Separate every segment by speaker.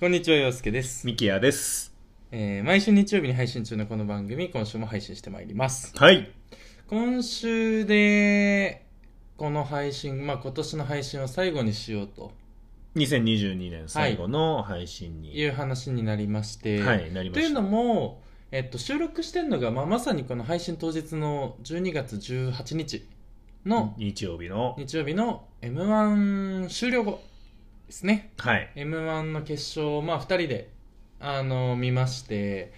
Speaker 1: こんにちは、洋介です、
Speaker 2: ミキヤです。
Speaker 1: えー毎週日曜日に配信中のこの番組、今週も配信してまいります。
Speaker 2: はい。
Speaker 1: 今週で、この配信、まあ今年の配信を最後にしようと
Speaker 2: 2022年最後の配信
Speaker 1: い
Speaker 2: に、
Speaker 1: う話になりまして、
Speaker 2: はい、なりま
Speaker 1: という
Speaker 2: し
Speaker 1: の
Speaker 2: た。
Speaker 1: も、えっと、収録してるのが、まあ、まさにこの配信当日の12月18日の
Speaker 2: 日曜日の、
Speaker 1: 日曜日の m 1終了後ですね
Speaker 2: はい。
Speaker 1: m 1の決勝を、まあ、2人であの見まして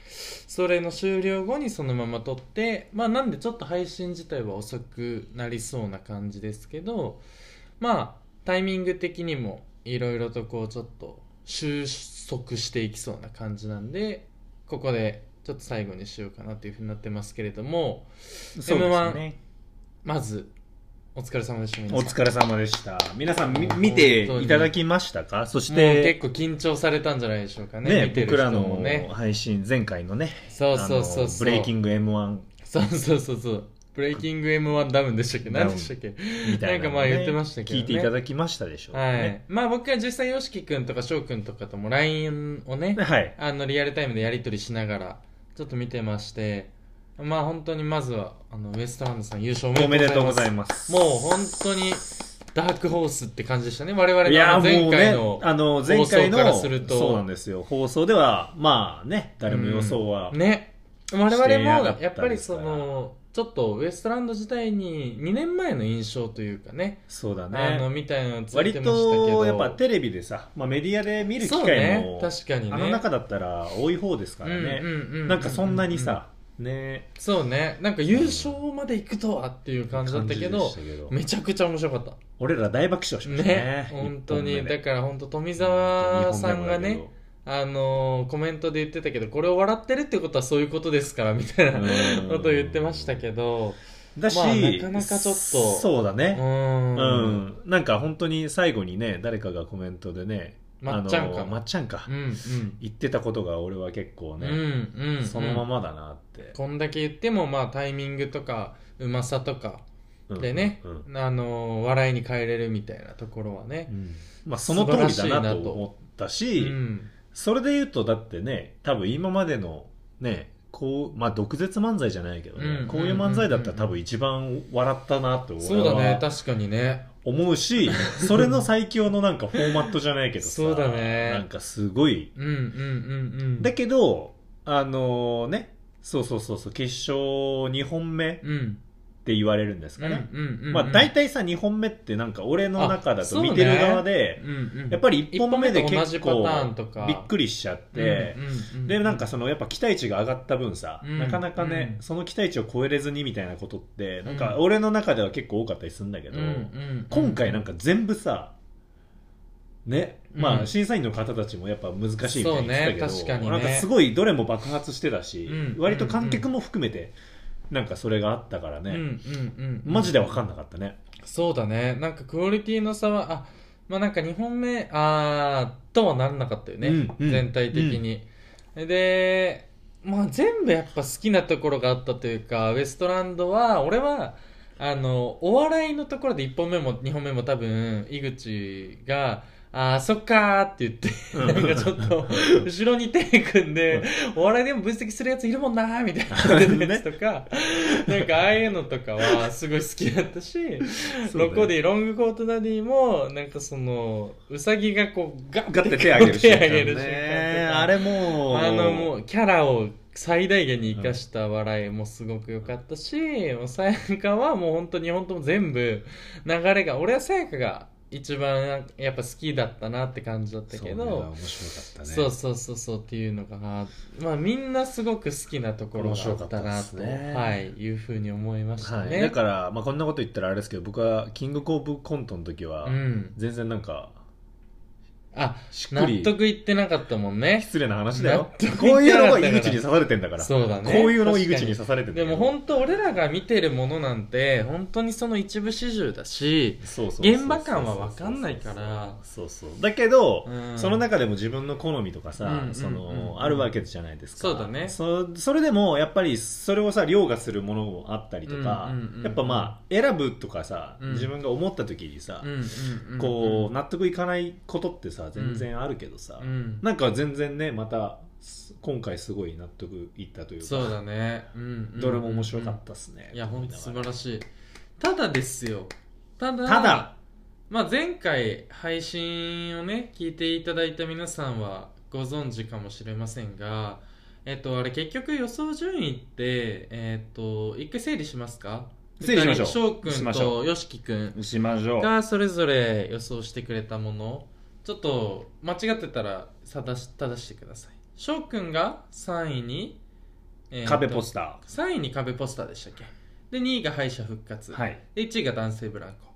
Speaker 1: それの終了後にそのまま撮って、まあ、なんでちょっと配信自体は遅くなりそうな感じですけどまあタイミング的にもいろいろとこうちょっと収束していきそうな感じなんでここでちょっと最後にしようかなというふうになってますけれども
Speaker 2: そうですね。
Speaker 1: まずお疲れ様でした皆
Speaker 2: お
Speaker 1: さん
Speaker 2: 疲れ様でした。皆さんみ見ていただきましたかそし
Speaker 1: もう
Speaker 2: て
Speaker 1: 結、構緊張されたんじゃないでしょうかね
Speaker 2: ね
Speaker 1: 見てる
Speaker 2: 僕ら
Speaker 1: 人
Speaker 2: の
Speaker 1: もね
Speaker 2: 配信、前回のね、
Speaker 1: そうそうそう
Speaker 2: あの
Speaker 1: そう
Speaker 2: ブレイキング M1
Speaker 1: そうそうそうそう。ブレイキング M1 ダウンでしたっけ
Speaker 2: ダウン
Speaker 1: 何でしたっけ
Speaker 2: みた
Speaker 1: な
Speaker 2: いなのね、
Speaker 1: んかまあ言ってましたけどね
Speaker 2: 聞いていただきましたでしょうか
Speaker 1: は
Speaker 2: ね。
Speaker 1: い。まあ僕は実際 YOSHIKI くんとか翔くんとかとも LINE をね、
Speaker 2: はい。
Speaker 1: あのリアルタイムでやり取りしながらちょっと見てまして、まあ本当にまずはあのウエストランドさん優勝
Speaker 2: お
Speaker 1: おめ
Speaker 2: めで
Speaker 1: でと
Speaker 2: とう
Speaker 1: う
Speaker 2: ご
Speaker 1: ござ
Speaker 2: ざ
Speaker 1: い
Speaker 2: い
Speaker 1: ます。
Speaker 2: ます。
Speaker 1: もう本当にダークホースって感じでしたね。我々
Speaker 2: いや
Speaker 1: の
Speaker 2: ー
Speaker 1: 前
Speaker 2: もう
Speaker 1: 回
Speaker 2: ね
Speaker 1: の、。
Speaker 2: あの、前
Speaker 1: 放送
Speaker 2: 回の、
Speaker 1: からすると
Speaker 2: そうなんですよ。放送では、まあね、誰も予想は、
Speaker 1: ね我々
Speaker 2: していな
Speaker 1: も
Speaker 2: かったですから
Speaker 1: やっぱりそのちょっとウエストランド自体に2年前の印象というかね
Speaker 2: そうだ
Speaker 1: あの
Speaker 2: ね。
Speaker 1: みたいなのついて
Speaker 2: 割
Speaker 1: ましたけど
Speaker 2: と、やっぱテレビでさ、まあメディアで見る機
Speaker 1: そう
Speaker 2: 会
Speaker 1: ね
Speaker 2: も、
Speaker 1: 確かにね
Speaker 2: あの中だったら多い方ですから
Speaker 1: う
Speaker 2: ね。
Speaker 1: んうんうう
Speaker 2: なんかそんなにさ、ね、
Speaker 1: そうねなんか優勝まで行くとはっていう感じだったけ
Speaker 2: 感
Speaker 1: ど
Speaker 2: じでしたけど
Speaker 1: めちゃくちゃ面白かった
Speaker 2: 俺ら大爆笑しました
Speaker 1: ね
Speaker 2: ね。
Speaker 1: 本当にだ
Speaker 2: か
Speaker 1: から本当富澤さんがね、あのーコメントで言ってたけどこれを笑ってるってことはそういうことですからみたいな
Speaker 2: うん
Speaker 1: ことを言ってましたけど
Speaker 2: だし、
Speaker 1: まあなかなかちょっと
Speaker 2: そうだ
Speaker 1: う
Speaker 2: ね。
Speaker 1: ん
Speaker 2: うん、なんか本当に最後にね誰かがコメントでね
Speaker 1: まっちゃん
Speaker 2: あ
Speaker 1: か
Speaker 2: のまっちゃんか、
Speaker 1: うんうん
Speaker 2: 言ってたことが俺は結構ね、
Speaker 1: うんうん
Speaker 2: そのままだなって、
Speaker 1: こんだけ言ってもまあタイミングとかうまさとか
Speaker 2: うん
Speaker 1: でね、
Speaker 2: うん
Speaker 1: あのー笑いに変えれるみたいなところはね、
Speaker 2: まあ、その通りだな
Speaker 1: 素晴らしいなと
Speaker 2: と思った
Speaker 1: う
Speaker 2: し
Speaker 1: ん、
Speaker 2: それで言うとだってね多分今までのねこうまあ毒舌漫才じゃないけどね、
Speaker 1: うん
Speaker 2: こういう漫才だ
Speaker 1: う
Speaker 2: ったら
Speaker 1: んうんうん
Speaker 2: 多分一番笑ったなって
Speaker 1: そうだね
Speaker 2: 俺は
Speaker 1: 確かにね
Speaker 2: 思うし、それの最強のなんかフォーマットじゃないけどさ
Speaker 1: そうだね
Speaker 2: なんかすごい
Speaker 1: うんうんうんうん
Speaker 2: だけど、あのね、そうそうそうそう、決勝2本目っ
Speaker 1: うん
Speaker 2: て言われるんです
Speaker 1: う
Speaker 2: か
Speaker 1: ん
Speaker 2: ね。
Speaker 1: うんうんうん
Speaker 2: まあ大体さ、2本目ってなんか俺の中だと見て
Speaker 1: あ
Speaker 2: る
Speaker 1: そうね
Speaker 2: 側で、
Speaker 1: うんうん
Speaker 2: やっぱり1本目で
Speaker 1: 一本目と同じ
Speaker 2: 結
Speaker 1: パタ
Speaker 2: 構
Speaker 1: ーンとか
Speaker 2: びっくりしちゃって、
Speaker 1: うんうんうん
Speaker 2: で、なんかそのやっぱ期待値が上がった分さ、
Speaker 1: うん
Speaker 2: なかなかね、
Speaker 1: うん
Speaker 2: その期待値を超えれずにみたいなことって、なん
Speaker 1: う
Speaker 2: か
Speaker 1: ん
Speaker 2: 俺の中では結構多かったりするんだけ
Speaker 1: う
Speaker 2: ど、
Speaker 1: んうん
Speaker 2: 今回なんか全部さ、ね、ま
Speaker 1: う
Speaker 2: あ
Speaker 1: ん
Speaker 2: 審査員の方たちもやっぱ難しいみたいに言ってた
Speaker 1: そうね確
Speaker 2: け
Speaker 1: か
Speaker 2: ど、
Speaker 1: にね
Speaker 2: なんかすごいどれも爆発してたし、
Speaker 1: うん
Speaker 2: 割と観客も含めて、なんかそれがあったから
Speaker 1: うんうん
Speaker 2: ね、
Speaker 1: うんうん
Speaker 2: マジで分かんなかっ たね。
Speaker 1: そうだねなんかクオリティの差はあまあなんか2本目あーとはならなかったよね、
Speaker 2: うんうん
Speaker 1: 全体的に、でまあ全部やっぱ好きなところがあったというかウエストランドは俺はあのお笑いのところで1本目も2本目も多分井口が「あーそっか」って言って
Speaker 2: うん
Speaker 1: なんかちょっと後ろに手組んでお笑いでも分析するやついるもんなーみたいな出てるやつと か、なんかああいうのとかはすごい好きだったし、
Speaker 2: そうだね
Speaker 1: ロコディロングコートダディもなんかそのうさぎがこうガッ
Speaker 2: ガッて手挙げる
Speaker 1: 手
Speaker 2: 瞬間
Speaker 1: 挙げ
Speaker 2: ね
Speaker 1: る瞬間とか
Speaker 2: あれもう、
Speaker 1: あのもうキャラを最大限に生かした笑いもすごく良かったし、もうさやかはもう本当に本当全部流れが俺はさやかが一番やっぱ好きだったなって感じだった
Speaker 2: そうね
Speaker 1: けど。
Speaker 2: 面白かったね。
Speaker 1: そうそうそうそうっていうのがまあみんなすごく好きなところがあったな
Speaker 2: 面白かったで
Speaker 1: と
Speaker 2: すね
Speaker 1: はいいうふうに思いました
Speaker 2: はい、
Speaker 1: ね、
Speaker 2: だから、まあ、こんなこと言ったらあれですけど、僕はキングコーブコントの時は
Speaker 1: う、ん
Speaker 2: 全然なんか、
Speaker 1: あ
Speaker 2: しっくり
Speaker 1: 納、得いってなかったもんね
Speaker 2: 失礼な話だよ
Speaker 1: 納。得いっ
Speaker 2: こう
Speaker 1: て
Speaker 2: い
Speaker 1: なかったか
Speaker 2: うのが
Speaker 1: ら
Speaker 2: 井口に刺されてんだから。
Speaker 1: そうだね
Speaker 2: こういうのを井口に刺されてんだ
Speaker 1: で
Speaker 2: け
Speaker 1: も
Speaker 2: ど
Speaker 1: 本当俺らが見てるものなんて本当にその一部始終だし
Speaker 2: そうそうそう
Speaker 1: 現場感は分かんないから
Speaker 2: そうそうだけど、
Speaker 1: うん
Speaker 2: その中でも自分の好みとかさ、
Speaker 1: うんうんうん
Speaker 2: そのあるわけじゃないですか
Speaker 1: そうだね
Speaker 2: そそれでもやっぱりそれをさ凌駕するものもあったりとか、
Speaker 1: うんうんうん
Speaker 2: やっぱまあ選ぶとかさ、
Speaker 1: うん
Speaker 2: 自分が思った時にさ、
Speaker 1: うんうんうんうん
Speaker 2: こう納得いかないことってさ全然あるけどさ、
Speaker 1: うん
Speaker 2: なんか全然ねまたす今回すごい納得いったというか
Speaker 1: そうだね、うんうん
Speaker 2: どれも面白かったっすね、
Speaker 1: いやほんと
Speaker 2: と
Speaker 1: 素晴らしいただですよただ
Speaker 2: ただ
Speaker 1: まあ、前回配信をね聞いていただいた皆さんはご存知かもしれませんがえっとあれ結局予想順位ってえっと一回整理しますか
Speaker 2: 整理しましょう
Speaker 1: 二人翔く
Speaker 2: し
Speaker 1: ん
Speaker 2: ましょ
Speaker 1: とよしきくん
Speaker 2: しましょう
Speaker 1: がそれぞれ予想してくれたものちょっと間違ってたら正し正してください翔くんが3位に、えーと
Speaker 2: 壁ポスタ
Speaker 1: 3位に壁ポスターでしたっけで2位が敗者復活、
Speaker 2: ーはい、
Speaker 1: で1位が男性ブランコ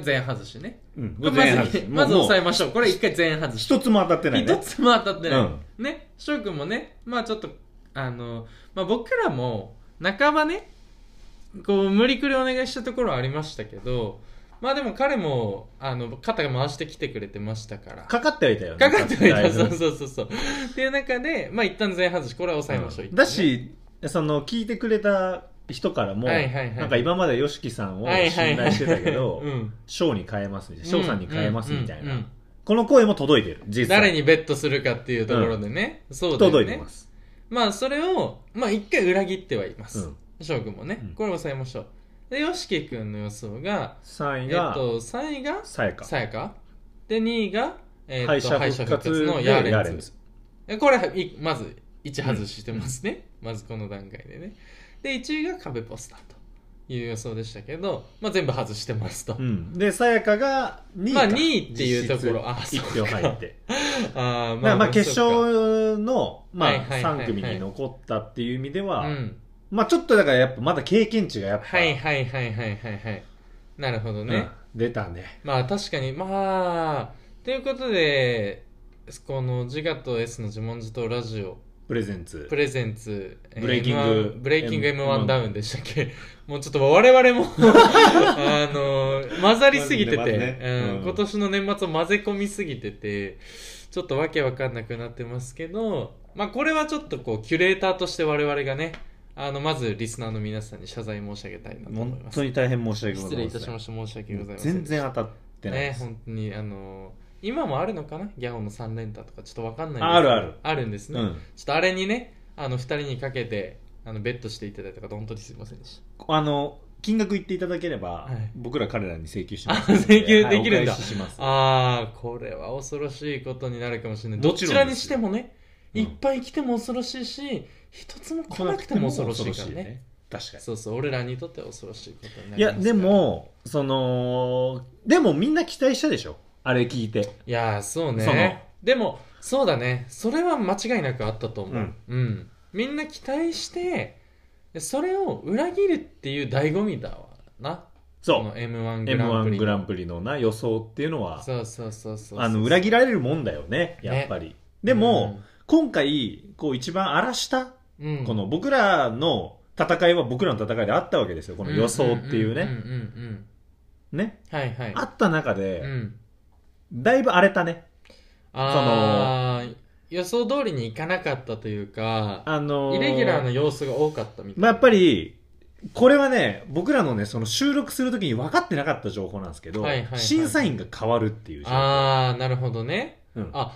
Speaker 1: 全外しね
Speaker 2: うん、
Speaker 1: まず
Speaker 2: 外 し
Speaker 1: まず
Speaker 2: もう
Speaker 1: 抑えましょうこれ一回全外し
Speaker 2: 一つも当たってないね
Speaker 1: 一つも当たってない、
Speaker 2: うん
Speaker 1: ね翔くんもねまあちょっとあの、まあ、僕らも半ばねこう無理くりお願いしたところはありましたけどまあでも彼もあの肩が回してきてくれてましたから
Speaker 2: かかってはいたよね
Speaker 1: かかってはい
Speaker 2: だ
Speaker 1: た
Speaker 2: ぶ
Speaker 1: そうそうそうそうっていう中でまあ一旦全外しこれは抑えましょう、
Speaker 2: だしその聞いてくれた人からも、
Speaker 1: はいはいはい
Speaker 2: なんか今まで YOSHIKI さんを
Speaker 1: はいはい
Speaker 2: 信頼してたけど
Speaker 1: うん
Speaker 2: 翔、に変えますみたいな翔さんに変えますみたいな、
Speaker 1: うんうん
Speaker 2: この声も届いてる実際
Speaker 1: 誰にベットするかっていうところでね、そうだよね
Speaker 2: 届いてます、
Speaker 1: まあそれをまあ一回裏切ってはいま
Speaker 2: う
Speaker 1: す
Speaker 2: ん、
Speaker 1: 翔くんもね、
Speaker 2: うん
Speaker 1: これ抑えましょうで YOSHIKI くんの予想が
Speaker 2: 3位
Speaker 1: えっ
Speaker 2: が
Speaker 1: と、3位が
Speaker 2: さやか
Speaker 1: さやかで2位が、えっと
Speaker 2: 敗者復活
Speaker 1: の
Speaker 2: の
Speaker 1: ヤーレ
Speaker 2: ヤ
Speaker 1: ンズ
Speaker 2: ーレンズ
Speaker 1: えこれいまず1外してますね、まずこの段階でねで1位が壁ポスターという予想でしたけど、まあ、全部外してますと、
Speaker 2: うん、でさやかが2位か
Speaker 1: まあ2位っていうところあ
Speaker 2: 実質
Speaker 1: そうか
Speaker 2: 1票 入って
Speaker 1: あー
Speaker 2: まあ、まあ決
Speaker 1: そう
Speaker 2: 勝の、ま
Speaker 1: はい
Speaker 2: あ、
Speaker 1: はいはいはい
Speaker 2: 3組に残ったっていう意味では、
Speaker 1: かうん
Speaker 2: まあちょっとだからやっぱまだ経験値がやっぱ、
Speaker 1: はいはいはいはいはいはいなるほど
Speaker 2: うん
Speaker 1: ね、
Speaker 2: 出たね
Speaker 1: まあ確かにまあということでこの自我と S の自問自答ラジオ
Speaker 2: プレゼンツ
Speaker 1: プレゼンツえ
Speaker 2: ブレイキング
Speaker 1: M1 ブレイキング
Speaker 2: M-
Speaker 1: M1 ダウンでしたっけ もうちょっと我々も あの混ざりすぎて
Speaker 2: 混ざ
Speaker 1: て、
Speaker 2: りね
Speaker 1: うん
Speaker 2: うん
Speaker 1: 今年の年末を混ぜ込みすぎててちょっとわけわかんなくなってますけどまあこれはちょっとこうキュレーターとして我々がねあのまずリスナーの皆さんに謝罪申し上げたいなと思い
Speaker 2: 本
Speaker 1: ます
Speaker 2: 当に大変申し訳ござ
Speaker 1: 失
Speaker 2: い
Speaker 1: 礼
Speaker 2: ま
Speaker 1: い
Speaker 2: せ
Speaker 1: た
Speaker 2: ん
Speaker 1: しました申し訳ございません
Speaker 2: 全然当たってない
Speaker 1: ね
Speaker 2: です、
Speaker 1: 本当にあの今もあるのかなギャオの3連打とかちょっとわかんないんですけど
Speaker 2: あるある
Speaker 1: あるんですね、
Speaker 2: うん、
Speaker 1: ちょっとあれにねあの2人にかけてあのベットしていただいた方本当にすいませんでし
Speaker 2: あの金額言っていただければ、
Speaker 1: はい
Speaker 2: 僕ら彼らに請求します
Speaker 1: あ請求できるんだ
Speaker 2: はいお返しします
Speaker 1: たああこれは恐ろしいことになるかもしれないど
Speaker 2: もちろんです
Speaker 1: ちらにしてもね、
Speaker 2: うん
Speaker 1: いっぱい来ても恐ろしいし一つも来なくても恐ろしいからね
Speaker 2: 確かに
Speaker 1: そうそう俺らにとっては恐ろしいことになります
Speaker 2: いやで
Speaker 1: から
Speaker 2: もそのでもみんな期待したでしょあれ聞いて
Speaker 1: いやーそう
Speaker 2: その
Speaker 1: ねでもそうだねそれは間違いなくあったと思う、
Speaker 2: うん
Speaker 1: うんみんな期待してでそれを裏切るっていう醍醐味だわな
Speaker 2: そう
Speaker 1: の m 1グ
Speaker 2: m
Speaker 1: ランプ
Speaker 2: 1
Speaker 1: リ
Speaker 2: グランプリのな予想っていうのは
Speaker 1: そうそうそうそう
Speaker 2: あの裏切られるもんだよね
Speaker 1: ね
Speaker 2: やっぱり、でも、、今回こう一番荒らした
Speaker 1: うんうん
Speaker 2: この僕らの戦いは僕らの戦いであったわけですよこの予想っていう
Speaker 1: うんうん
Speaker 2: ね
Speaker 1: うんうん
Speaker 2: ね
Speaker 1: はいはい
Speaker 2: あった中
Speaker 1: う
Speaker 2: で
Speaker 1: ん、
Speaker 2: だいぶ荒れたね
Speaker 1: あー予想通りにいかなかったというか
Speaker 2: あの
Speaker 1: イレギュラーな
Speaker 2: の
Speaker 1: 要素が多かったみたい
Speaker 2: ま
Speaker 1: な、
Speaker 2: あやっぱりこれはね僕らのねその収録するときに分かってなかった情報なんですけど、
Speaker 1: はいはいはい
Speaker 2: 審査員が変わるっていう情報
Speaker 1: ああなるほどね
Speaker 2: うん
Speaker 1: あ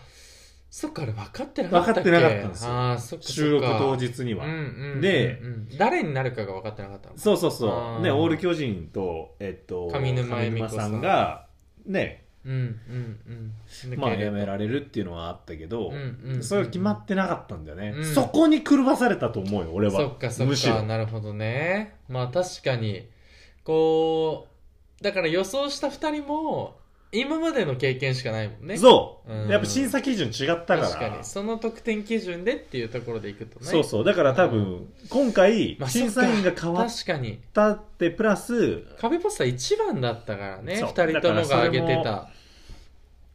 Speaker 1: そっかあれ分かってなかった
Speaker 2: 分かってなかったんですよ
Speaker 1: あーそっかそっか
Speaker 2: 収録当日には、
Speaker 1: うんうんうん
Speaker 2: で
Speaker 1: うん誰になるかが分かってなかったの
Speaker 2: そうそうそ
Speaker 1: あ
Speaker 2: う
Speaker 1: ー
Speaker 2: ねオール巨人とえっと
Speaker 1: 上沼恵美子
Speaker 2: 上
Speaker 1: さん
Speaker 2: さんがね
Speaker 1: うんうんうん
Speaker 2: まあやめ
Speaker 1: ら
Speaker 2: られるっていうのはあったけど、
Speaker 1: うんうんうん
Speaker 2: それは決まってなかったんだよね、
Speaker 1: うん
Speaker 2: そこに狂わされたと思うよ俺は
Speaker 1: そっかそっ
Speaker 2: むし
Speaker 1: か
Speaker 2: ろ
Speaker 1: なるほどねまあ確かにこうだから予想した2人も今までの経験しかないもんね
Speaker 2: そう、
Speaker 1: うん
Speaker 2: やっぱ審査基準違ったから
Speaker 1: 確かにその得点基準でっていうところでいくとね
Speaker 2: そうそうだから多分、今回
Speaker 1: まあ
Speaker 2: 審査員が変わっ
Speaker 1: 確かに
Speaker 2: たってプラス
Speaker 1: 壁ポスター1番だったからね
Speaker 2: そう
Speaker 1: 2人ともが挙げて
Speaker 2: だか
Speaker 1: た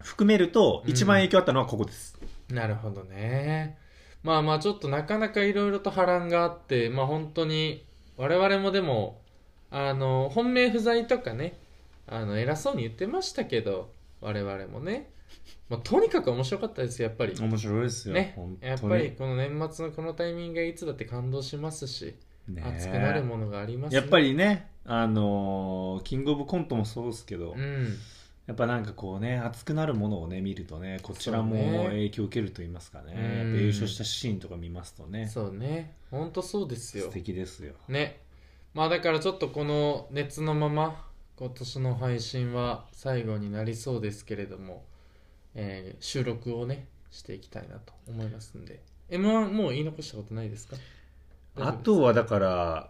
Speaker 2: 含めると
Speaker 1: うん
Speaker 2: 一番影響あったのはここです、
Speaker 1: なるほどねまあまあちょっとなかなかいろいろと波乱があってまあ本当に我々もでもあの本命不在とかねあの偉そうに言ってましたけど我々もね、まあ、とにかく面白かったですよやっぱり
Speaker 2: 面白いですよ
Speaker 1: ね
Speaker 2: 本当に
Speaker 1: やっぱりこの年末のこのタイミングがいつだって感動しますし、
Speaker 2: ね
Speaker 1: 熱くなるものがありますね
Speaker 2: やっぱりねあのーキングオブコントもそうですけど、
Speaker 1: うん
Speaker 2: やっぱなんかこうね熱くなるものをね見るとねこちら
Speaker 1: そうね
Speaker 2: も影響を受けると言いますかね
Speaker 1: うん
Speaker 2: やっぱ優勝したシーンとか見ますとね
Speaker 1: そうねほんとそうですよ
Speaker 2: 素敵ですよ
Speaker 1: ねまあだからちょっとこの熱のまま今年の配信は最後になりそうですけれども、えー収録をねしていきたいなと思いますんで m 1もう言い残したことないですか
Speaker 2: あとはだから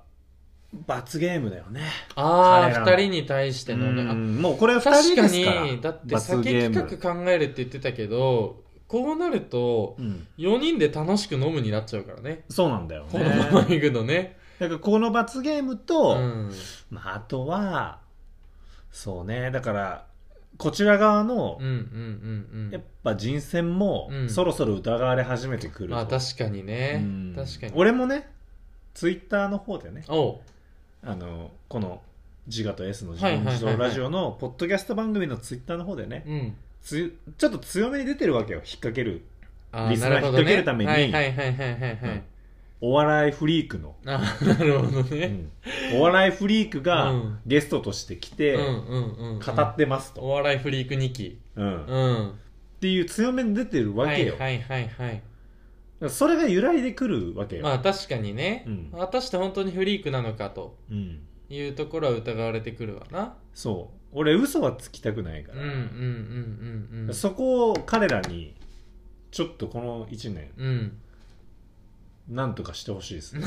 Speaker 2: 罰ゲームだよね
Speaker 1: ああ
Speaker 2: 彼らの
Speaker 1: 2人に対してのね
Speaker 2: う
Speaker 1: あ
Speaker 2: んもうこれは2
Speaker 1: 確
Speaker 2: 人
Speaker 1: か
Speaker 2: ですから
Speaker 1: にだって
Speaker 2: 罰ゲ
Speaker 1: 酒
Speaker 2: ーム
Speaker 1: 企画考えるって言ってたけどこうなると
Speaker 2: うん、
Speaker 1: 4人で楽しく飲むになっちゃうからね
Speaker 2: そうなんだよ
Speaker 1: このまま
Speaker 2: ね
Speaker 1: 行くのね
Speaker 2: だからこの罰ゲームと、
Speaker 1: うん
Speaker 2: まあ、あとはそうねだからこちら側の
Speaker 1: うんうんうんうん
Speaker 2: やっぱ人選も
Speaker 1: うん
Speaker 2: そろそろ疑われ始めてくると
Speaker 1: まあ確かにね
Speaker 2: うん
Speaker 1: 確かに
Speaker 2: 俺もねツイッターの方でね
Speaker 1: おう
Speaker 2: あのこの自我と S の自
Speaker 1: はいはい
Speaker 2: 分
Speaker 1: はいはい
Speaker 2: 自動ラジオのポッドキャスト番組のツイッターの方でね
Speaker 1: うん
Speaker 2: つちょっと強めに出てるわけよ引っ掛ける
Speaker 1: あー
Speaker 2: リスナー
Speaker 1: なるほどね
Speaker 2: 引っ掛けるために
Speaker 1: はいはいはいはいはいはい
Speaker 2: お笑いフリークの、
Speaker 1: あ ーなるほど
Speaker 2: う
Speaker 1: ね
Speaker 2: んお笑いフリーク
Speaker 1: う
Speaker 2: が
Speaker 1: ん
Speaker 2: ゲストとして来て
Speaker 1: うんうんうんうん
Speaker 2: 語ってます
Speaker 1: お
Speaker 2: と、
Speaker 1: 笑いフリーク2期
Speaker 2: うんっ
Speaker 1: うん
Speaker 2: ていう強めに出てるわけよ、
Speaker 1: はいはいはいはい
Speaker 2: それが由来で来るわけよ、
Speaker 1: まあ確かにね
Speaker 2: うん
Speaker 1: 果たして本当にフリークなのかと
Speaker 2: うん、
Speaker 1: いうところは疑われてくるわな
Speaker 2: そう俺嘘はつきたくないか
Speaker 1: うん
Speaker 2: ら、
Speaker 1: うんうんうんうん
Speaker 2: そこを彼らにちょっとこの1年
Speaker 1: うん
Speaker 2: なんとかしてほしいですね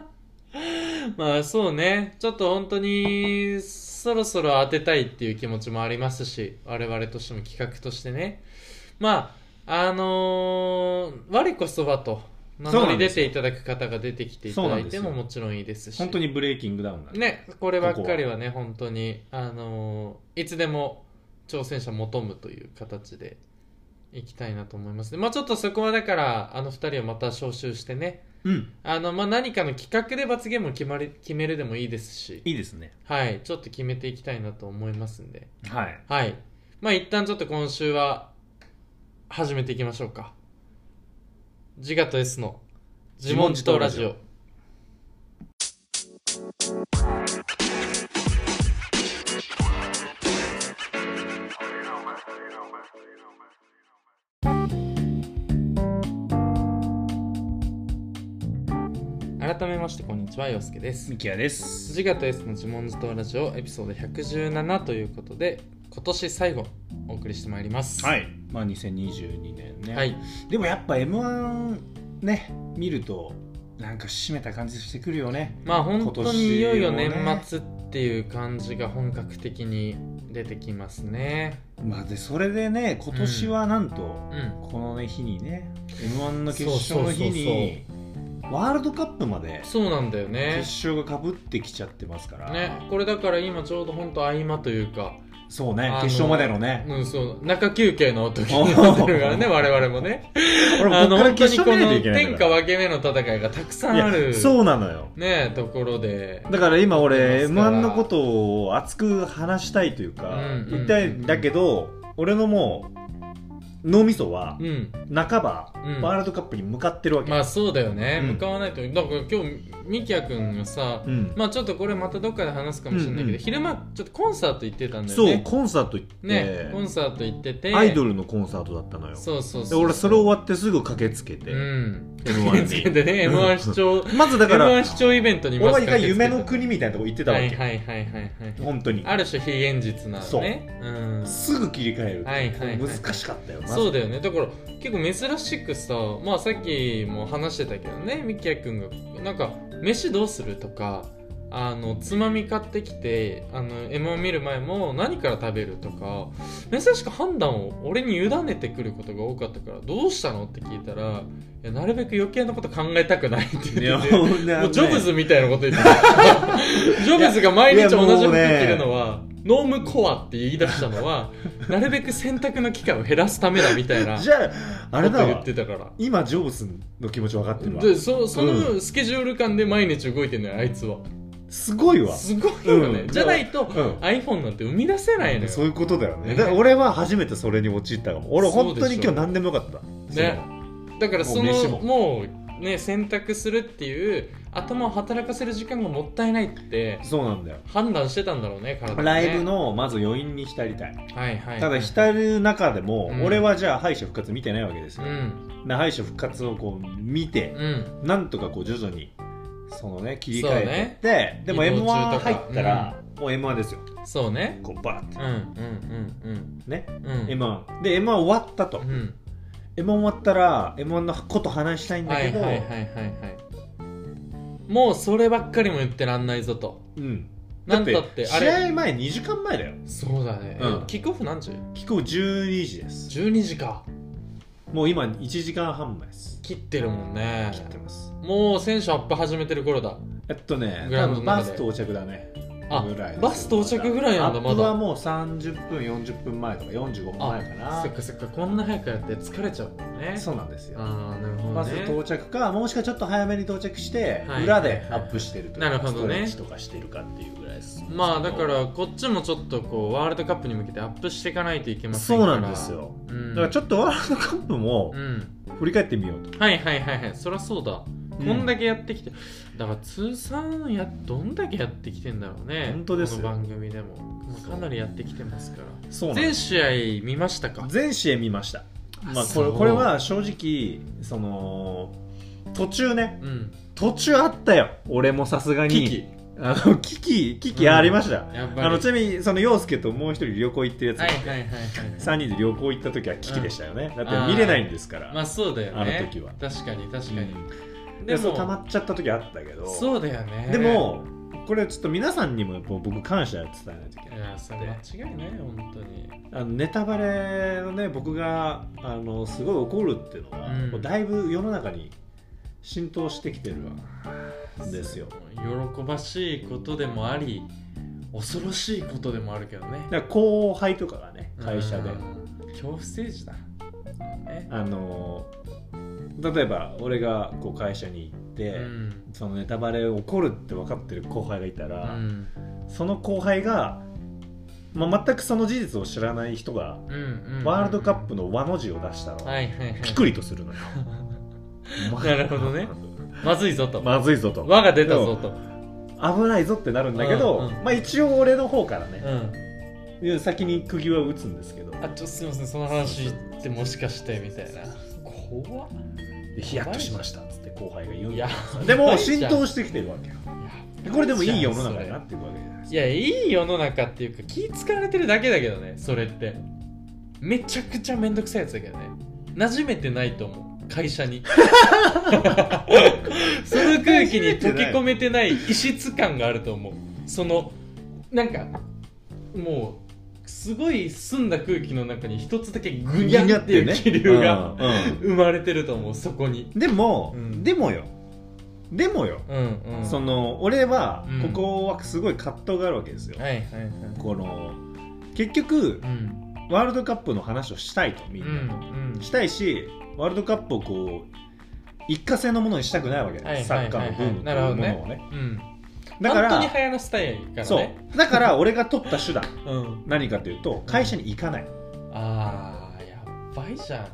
Speaker 1: まあそうねちょっと本当にそろそろ当てたいっていう気持ちもありますし我々としても企画としてねまああのー我こそはと名乗り出ていただく方が出てきていただいても
Speaker 2: そうなんです
Speaker 1: も
Speaker 2: よ
Speaker 1: ちろんいいですし
Speaker 2: 本当にブレイキングダウンなんで
Speaker 1: ねこればっかりはね本当にあのーいつでも挑戦者求むという形でいきたいなと思いますねまあちょっとそこはだからあの2人をまた招集してね
Speaker 2: うん
Speaker 1: あの、まあ、何かの企画で罰ゲームを決まり決めるでもいいですし、
Speaker 2: いいですね
Speaker 1: はい、ちょっと決めていきたいなと思いますんで、
Speaker 2: はい
Speaker 1: はい。まあ、一旦ちょっと今週は、始めていきましょうか。自我と S の自問自答ラジオ。改めましてこんにちは、洋介です。
Speaker 2: ミキヤです
Speaker 1: 自我と S の自問自答ラジオエピソード117ということで今年最後お送りしてまいります、
Speaker 2: はいいまあ2022年ね、
Speaker 1: はい、
Speaker 2: でもやっぱ m 1ね見るとなんか締めた感じしてくるよね
Speaker 1: まあ本当にいよいよ
Speaker 2: 今年
Speaker 1: 年
Speaker 2: もね
Speaker 1: 末っていう感じが本格的に出てきますね
Speaker 2: まあでそれでね今年はなんと、
Speaker 1: うん
Speaker 2: このね日にね m 1の決勝の日にワールドカップまで
Speaker 1: そうなんだよ
Speaker 2: 決
Speaker 1: ね
Speaker 2: 勝がかぶってきちゃってますから、
Speaker 1: ねこれだから今ちょうど本当合間というか
Speaker 2: そうね
Speaker 1: あの
Speaker 2: 決勝までのね
Speaker 1: うんそう中休憩の時になってる からね我々もね
Speaker 2: 俺
Speaker 1: あ
Speaker 2: もこ
Speaker 1: の
Speaker 2: っから
Speaker 1: 本当に
Speaker 2: 決
Speaker 1: こ
Speaker 2: 勝見ない
Speaker 1: の
Speaker 2: といけない
Speaker 1: 天
Speaker 2: ん
Speaker 1: 下
Speaker 2: だから
Speaker 1: 分け目の戦いがたくさんあ
Speaker 2: いや
Speaker 1: る
Speaker 2: そうなのよ
Speaker 1: ねところで
Speaker 2: だから今
Speaker 1: そう
Speaker 2: 俺 m
Speaker 1: なんで
Speaker 2: 1
Speaker 1: す
Speaker 2: の
Speaker 1: から
Speaker 2: ことを熱く話したいというか、
Speaker 1: うん
Speaker 2: 言いたいんだけど俺のもう脳みそは
Speaker 1: うん
Speaker 2: 半ば
Speaker 1: うん
Speaker 2: ワールドカップに向かってるわけ、
Speaker 1: まあそうだよね、
Speaker 2: うん
Speaker 1: 向かわないとだから今日みきやくんがさ、
Speaker 2: うん
Speaker 1: まあちょっとこれまたどっかで話すかもしれないけど、
Speaker 2: うんうん
Speaker 1: 昼間ちょっとコンサート行ってたんだよ
Speaker 2: そう、
Speaker 1: ね
Speaker 2: コンサート行って、
Speaker 1: ねコンサート行ってて
Speaker 2: アイド
Speaker 1: ル
Speaker 2: ルのコンサートだったのよ
Speaker 1: そうそう
Speaker 2: で
Speaker 1: そう
Speaker 2: 俺それ終わってすぐ駆けつけて、
Speaker 1: うん 駆け
Speaker 2: M1
Speaker 1: つ
Speaker 2: に
Speaker 1: けてね m 1視聴
Speaker 2: ま ずだから
Speaker 1: m 1視聴イベントに
Speaker 2: 俺は一回
Speaker 1: 駆けつけ
Speaker 2: 夢
Speaker 1: た
Speaker 2: の国みたいなとこ行ってたわけ、
Speaker 1: はいはいはいはいはい
Speaker 2: 本当に
Speaker 1: ある種非現実な
Speaker 2: そう
Speaker 1: ねうん
Speaker 2: すぐ切り替える、
Speaker 1: はいはいはい
Speaker 2: 難しかったよまず
Speaker 1: そうだよねだから結構珍しくさまあさっきも話してたけどねみきやくんがなんか「飯どうする?」とかあのつまみ買ってきてあの m を見る前も何から食べるとか珍しく判断を俺に委ねてくることが多かったから「どうしたの?」って聞いたら「いやなるべく余計なこと考えたくない」って
Speaker 2: い
Speaker 1: 言
Speaker 2: や
Speaker 1: ってて。
Speaker 2: もうね
Speaker 1: もうジョブズみたいなこと言ってた ジョブズが毎日同じこと言ってるのは、ノームコアって言い出したのはなるべく選択の機会を減らすためだみたいな
Speaker 2: じゃああれだ
Speaker 1: こと言っ
Speaker 2: わ
Speaker 1: てたから
Speaker 2: 今ジョブズの気持ち分かってるわ
Speaker 1: でそその
Speaker 2: う
Speaker 1: スケジュール感で毎日動いてんのよあいつは
Speaker 2: すごいわ
Speaker 1: すごいよね、
Speaker 2: うん
Speaker 1: じゃないと、
Speaker 2: うん
Speaker 1: iPhone なんて生み出せないのよ
Speaker 2: そういうことだよね
Speaker 1: ね
Speaker 2: だから俺は初めてそれに陥ったかも俺
Speaker 1: そうでしょ
Speaker 2: 本当に今日何でもよかった
Speaker 1: ねだからそ
Speaker 2: もう飯
Speaker 1: の
Speaker 2: も
Speaker 1: もうね、選択するっていう頭を働かせる時間がもったいないって
Speaker 2: そうなんだよ
Speaker 1: 判断してたんだろうね体がね
Speaker 2: ライブ、のまず余韻に浸りたい
Speaker 1: はいはい、
Speaker 2: ただ浸る中でも、
Speaker 1: うん
Speaker 2: 俺はじゃあ敗者復活見てないわけです
Speaker 1: う
Speaker 2: よ、
Speaker 1: ん
Speaker 2: で敗者復活をこう見て、
Speaker 1: うん
Speaker 2: なんとかこう徐々にそのね切り替えてって、でも
Speaker 1: 移
Speaker 2: m
Speaker 1: 動中
Speaker 2: 1
Speaker 1: とか
Speaker 2: 入ったら、もう m 1ですよ
Speaker 1: そうね
Speaker 2: こうバーって
Speaker 1: うんうん
Speaker 2: ね、
Speaker 1: うんうんうん
Speaker 2: m 1で m 1終わったと、
Speaker 1: うん
Speaker 2: m 1終わったら m 1のこと話したいんだ
Speaker 1: は
Speaker 2: け
Speaker 1: い
Speaker 2: ど、
Speaker 1: はいはいはいはいもうそればっかりも言ってらんないぞと
Speaker 2: うんだ
Speaker 1: な
Speaker 2: っ
Speaker 1: ん
Speaker 2: て
Speaker 1: だってあ
Speaker 2: 試
Speaker 1: れ
Speaker 2: 合前2時間前だよ
Speaker 1: そうだね、
Speaker 2: うん
Speaker 1: キックオフ何時
Speaker 2: 帰国12時です
Speaker 1: ?12 時か
Speaker 2: もう今1時間半前です
Speaker 1: 切ってるもんね
Speaker 2: 切ってます
Speaker 1: もう選手アップ始めてる頃だ
Speaker 2: えっとね
Speaker 1: グラ
Speaker 2: 多
Speaker 1: ウンド
Speaker 2: 分
Speaker 1: の中
Speaker 2: バ
Speaker 1: で
Speaker 2: ス到着だね
Speaker 1: あ
Speaker 2: ぐらいです
Speaker 1: バス到着ぐらいなんだま
Speaker 2: アップ
Speaker 1: だ
Speaker 2: はもう30分40分前とか45分前かな
Speaker 1: そっかそっかこんな早くやって疲れちゃうもんね
Speaker 2: そうなんですよ
Speaker 1: ああなるほどね
Speaker 2: まず到着かもしくはちょっと早めに到着して、
Speaker 1: はい
Speaker 2: 裏でアップしてるとか
Speaker 1: なるほどね
Speaker 2: ストレッチとかしてるかっていうぐらいです
Speaker 1: まあだからこっちもちょっとこうワールドカップに向けてアップしていかないといけません
Speaker 2: そ
Speaker 1: か
Speaker 2: う
Speaker 1: ら
Speaker 2: なんです、よ
Speaker 1: うん、
Speaker 2: だからちょっとワールドカップも
Speaker 1: うん
Speaker 2: 振り返ってみようと、
Speaker 1: はいはいはいはいそりゃそうだ、
Speaker 2: うん
Speaker 1: こんだけやってきてだから通算やどんだけやってきてんだろうね
Speaker 2: 本当ですよ
Speaker 1: この番組でもまあかなりやってきてますから
Speaker 2: そうなんで
Speaker 1: 全
Speaker 2: す
Speaker 1: 試合見ましたか
Speaker 2: 全試合見ましたまあ、これ
Speaker 1: そう
Speaker 2: これは正直その途中ね
Speaker 1: うん
Speaker 2: 途中あったよ俺もさすが
Speaker 1: 危
Speaker 2: に
Speaker 1: 機
Speaker 2: あの危機危機ありました、
Speaker 1: やっぱり
Speaker 2: あのちなみにその陽介ともう一人旅行行ってるやつ、
Speaker 1: はいはい はいはいは
Speaker 2: 3人で旅行行った時は危機でしたよね、
Speaker 1: ん
Speaker 2: だって見れないんですから、
Speaker 1: いまあそうだよね
Speaker 2: あの時は
Speaker 1: 確かに確かに、
Speaker 2: うん
Speaker 1: で
Speaker 2: で
Speaker 1: も
Speaker 2: も溜まっちゃった時あったけど
Speaker 1: そうだよね
Speaker 2: でもこれちょっと皆さんにもやっぱ僕感謝伝えないといけ
Speaker 1: い
Speaker 2: ない
Speaker 1: やそれ間違いないよ本当に
Speaker 2: あのネタバレをね僕があのすごい怒るっていうのが、
Speaker 1: うん
Speaker 2: もうだいぶ世の中に浸透してきてるんですよ
Speaker 1: 喜ばしいことでもあり恐ろしいことでもあるけどね
Speaker 2: だから後輩とかがね会社で、
Speaker 1: うん恐怖政治だね
Speaker 2: あの例えば俺がこう会社に行って、
Speaker 1: うん
Speaker 2: そのネタバレを怒るって分かってる後輩がいた
Speaker 1: う
Speaker 2: ら、
Speaker 1: ん
Speaker 2: その後輩が、まあ、全くその事実を知らない人が
Speaker 1: うんうん
Speaker 2: ワールドカップの和の字を出したら、
Speaker 1: はいはいはい
Speaker 2: ピクリとするのよお 前
Speaker 1: なるほどねまずいぞと
Speaker 2: まずいぞと
Speaker 1: 輪が出たぞと
Speaker 2: 危ないぞってなるんだけど、
Speaker 1: うんうん
Speaker 2: まあ一応俺の方から
Speaker 1: う
Speaker 2: ね、
Speaker 1: ん
Speaker 2: 先に釘は打つんですけど
Speaker 1: あちょすいませんその話ってもしかしてみたいな怖っ
Speaker 2: ヒヤッとしましたっつって後輩が言うんだ
Speaker 1: や
Speaker 2: でも浸
Speaker 1: やば
Speaker 2: 透してきてるわけよでこれでもいい世の中になってるわけじゃないです
Speaker 1: い
Speaker 2: か
Speaker 1: やいい世の中っていうか気使われてるだけだけどねそれってめちゃくちゃめんどくさいやつだけどね馴染めてないと思う会社 にその空気に溶け込めてない異質感があると思うそのなんかもうすごい澄んだ空気の中に一つだけグニャっていう気流が
Speaker 2: うんう
Speaker 1: 生
Speaker 2: ん
Speaker 1: まれてると思うそこに
Speaker 2: でも、
Speaker 1: うん
Speaker 2: でもよでもよ、
Speaker 1: うんうん
Speaker 2: その俺は
Speaker 1: うん
Speaker 2: ここはすごい葛藤があるわけですよ、
Speaker 1: はいはいはい
Speaker 2: この結局
Speaker 1: うん
Speaker 2: ワールドカップの話をしたいとみ
Speaker 1: うんん
Speaker 2: なと、
Speaker 1: うん
Speaker 2: したいしワールドカップをこう一過性のものにしたくないわけだよ、
Speaker 1: はい
Speaker 2: サッカーのブームと
Speaker 1: はいはいはい
Speaker 2: いうものをね
Speaker 1: うん
Speaker 2: だから
Speaker 1: 本当に流行らせたいから
Speaker 2: そ
Speaker 1: ね
Speaker 2: うだから俺が取った手段
Speaker 1: う、ん、
Speaker 2: 何かというと会社に行かない
Speaker 1: あーやばいじゃん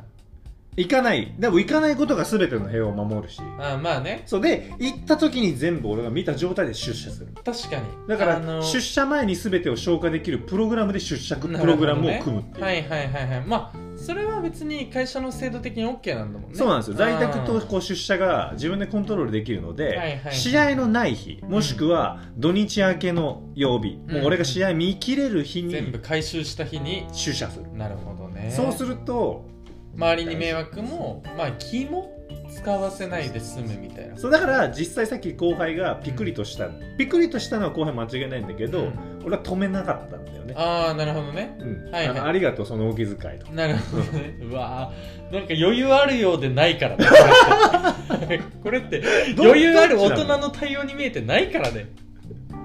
Speaker 2: 行かないでも行かないことが全ての平和を守るし
Speaker 1: あーまあね
Speaker 2: そうで行った時に全部俺が見た状態で出社する
Speaker 1: 確かに
Speaker 2: だか
Speaker 1: あの
Speaker 2: ら出社前に全てを消化できるプログラムで出社プログラムを組むっていう、
Speaker 1: はいはいはいはいまあそれは別に会社の制度的に OK なんだもんね
Speaker 2: そうなんですよ在宅と
Speaker 1: あー
Speaker 2: こう出社が自分でコントロールできるの
Speaker 1: いはい
Speaker 2: で
Speaker 1: はい
Speaker 2: 試合のない日もしくは土日明けの曜日
Speaker 1: ん
Speaker 2: もう俺が試合見切れる日
Speaker 1: 全部
Speaker 2: に
Speaker 1: 回収した日に
Speaker 2: 出社する
Speaker 1: なるほどね
Speaker 2: そうす
Speaker 1: る
Speaker 2: ると
Speaker 1: 周りに迷惑もまあ気も使わせないで済むみたいな
Speaker 2: そうだから実際さっき後輩がピクリとしたピクリとしたのは後輩間違いないんだけ
Speaker 1: う
Speaker 2: ど
Speaker 1: ん
Speaker 2: 俺は止めなかったんだよね
Speaker 1: ああなるほどね
Speaker 2: うん
Speaker 1: はいはい
Speaker 2: あのありがとうそのお気遣いと
Speaker 1: なるほどねうわーなんか余裕あるようでないから ねこれって
Speaker 2: ど
Speaker 1: 余裕ある大
Speaker 2: どっちな
Speaker 1: 人の対応に見えてないからね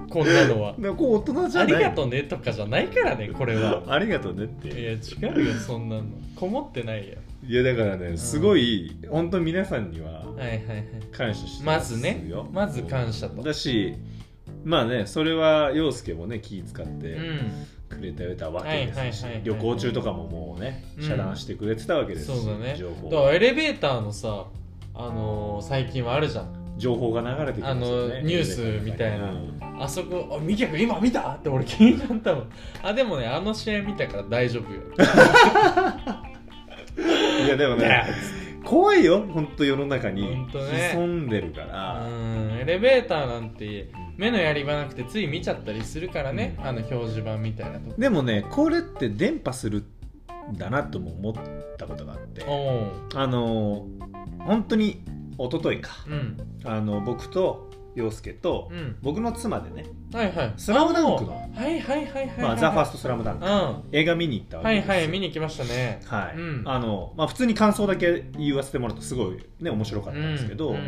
Speaker 1: こんなのは
Speaker 2: でもこう大人じ
Speaker 1: あ
Speaker 2: ゃ
Speaker 1: り
Speaker 2: ない
Speaker 1: がとうねとかじゃないからねこれは
Speaker 2: ありがとうねっ
Speaker 1: い
Speaker 2: て
Speaker 1: や違うよそんなのこもってないよ
Speaker 2: いやだからね、すごい本当皆さんには
Speaker 1: はいはいはい
Speaker 2: 感謝して
Speaker 1: まずね
Speaker 2: よ
Speaker 1: まず感謝と
Speaker 2: だしまあねそれは陽介もね気使っ
Speaker 1: う
Speaker 2: て
Speaker 1: ん
Speaker 2: くれてたわけですし
Speaker 1: はいはいはいはい
Speaker 2: 旅行中とかももうね
Speaker 1: うん
Speaker 2: 遮断してくれてたわけですし、
Speaker 1: そうだね
Speaker 2: 情報
Speaker 1: だからエレベーターのさあの最近はあるじゃん
Speaker 2: 情報が流れてきますよね
Speaker 1: あのニュースみたいな
Speaker 2: うん
Speaker 1: あそこあ美脚今見たって俺気になったもんあでもねあの試合見たから大丈夫よ
Speaker 2: いや でも ね怖いよ本当世の中に
Speaker 1: 本当ね
Speaker 2: 潜んでるか
Speaker 1: う
Speaker 2: ら、
Speaker 1: んエレベーターなんて目の
Speaker 2: や
Speaker 1: やり場なくてつい見ちゃったりするからね、
Speaker 2: うん
Speaker 1: あの表示板みたいなとこ
Speaker 2: でもねこれって電波するんだなとも思ったことがあって
Speaker 1: おお
Speaker 2: あのー本当に一昨日か
Speaker 1: うん
Speaker 2: あの僕と陽介と、
Speaker 1: うん
Speaker 2: 僕の妻でね
Speaker 1: はいはい
Speaker 2: スラムダンクの
Speaker 1: あもうはいはいはいはいはい、
Speaker 2: まあ、ザ・ファースト・スラムダン
Speaker 1: う
Speaker 2: ク、
Speaker 1: ん
Speaker 2: 映画見に行ったわ
Speaker 1: は
Speaker 2: け
Speaker 1: い
Speaker 2: ですよ
Speaker 1: はい見に行きましたね
Speaker 2: はい
Speaker 1: うん
Speaker 2: あのまあ、普通に感想だけ言わせてもらうとすごい、ね、面白かったんですけど、
Speaker 1: うんうん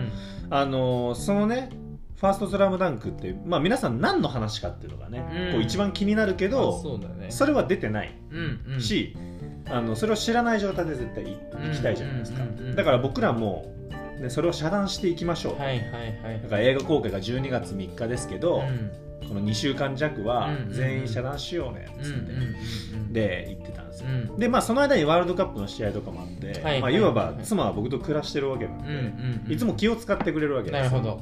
Speaker 2: あのそのね「ファーストスラムダンクって、まあ、皆さん何の話かっていうのがね、
Speaker 1: うん
Speaker 2: こう一番気になるけ
Speaker 1: あ
Speaker 2: ど
Speaker 1: そうだね
Speaker 2: それは出てない
Speaker 1: うんうん
Speaker 2: し、あのそれを知らない状態で絶対行
Speaker 1: うん
Speaker 2: 行きたいじゃないですか、
Speaker 1: うんうん
Speaker 2: だから僕らも、ね、それを遮断していきましょう、
Speaker 1: はいはいはい
Speaker 2: だから映画公開が12月3日ですけど、
Speaker 1: うん
Speaker 2: この2週間弱は
Speaker 1: うんうん
Speaker 2: 全員遮断しようねっ
Speaker 1: う
Speaker 2: つって、
Speaker 1: んうん
Speaker 2: で行ってたんです
Speaker 1: う
Speaker 2: よ、
Speaker 1: ん
Speaker 2: でまあその間にワールドカップの試合とかもあって、
Speaker 1: はい
Speaker 2: ま
Speaker 1: は
Speaker 2: あ、
Speaker 1: い
Speaker 2: いわば妻は僕と暮らしてるわけなん
Speaker 1: うん
Speaker 2: で、
Speaker 1: うんうん
Speaker 2: いつも気を使ってくれるわけ
Speaker 1: な
Speaker 2: で
Speaker 1: る
Speaker 2: す
Speaker 1: ほ
Speaker 2: よ
Speaker 1: ど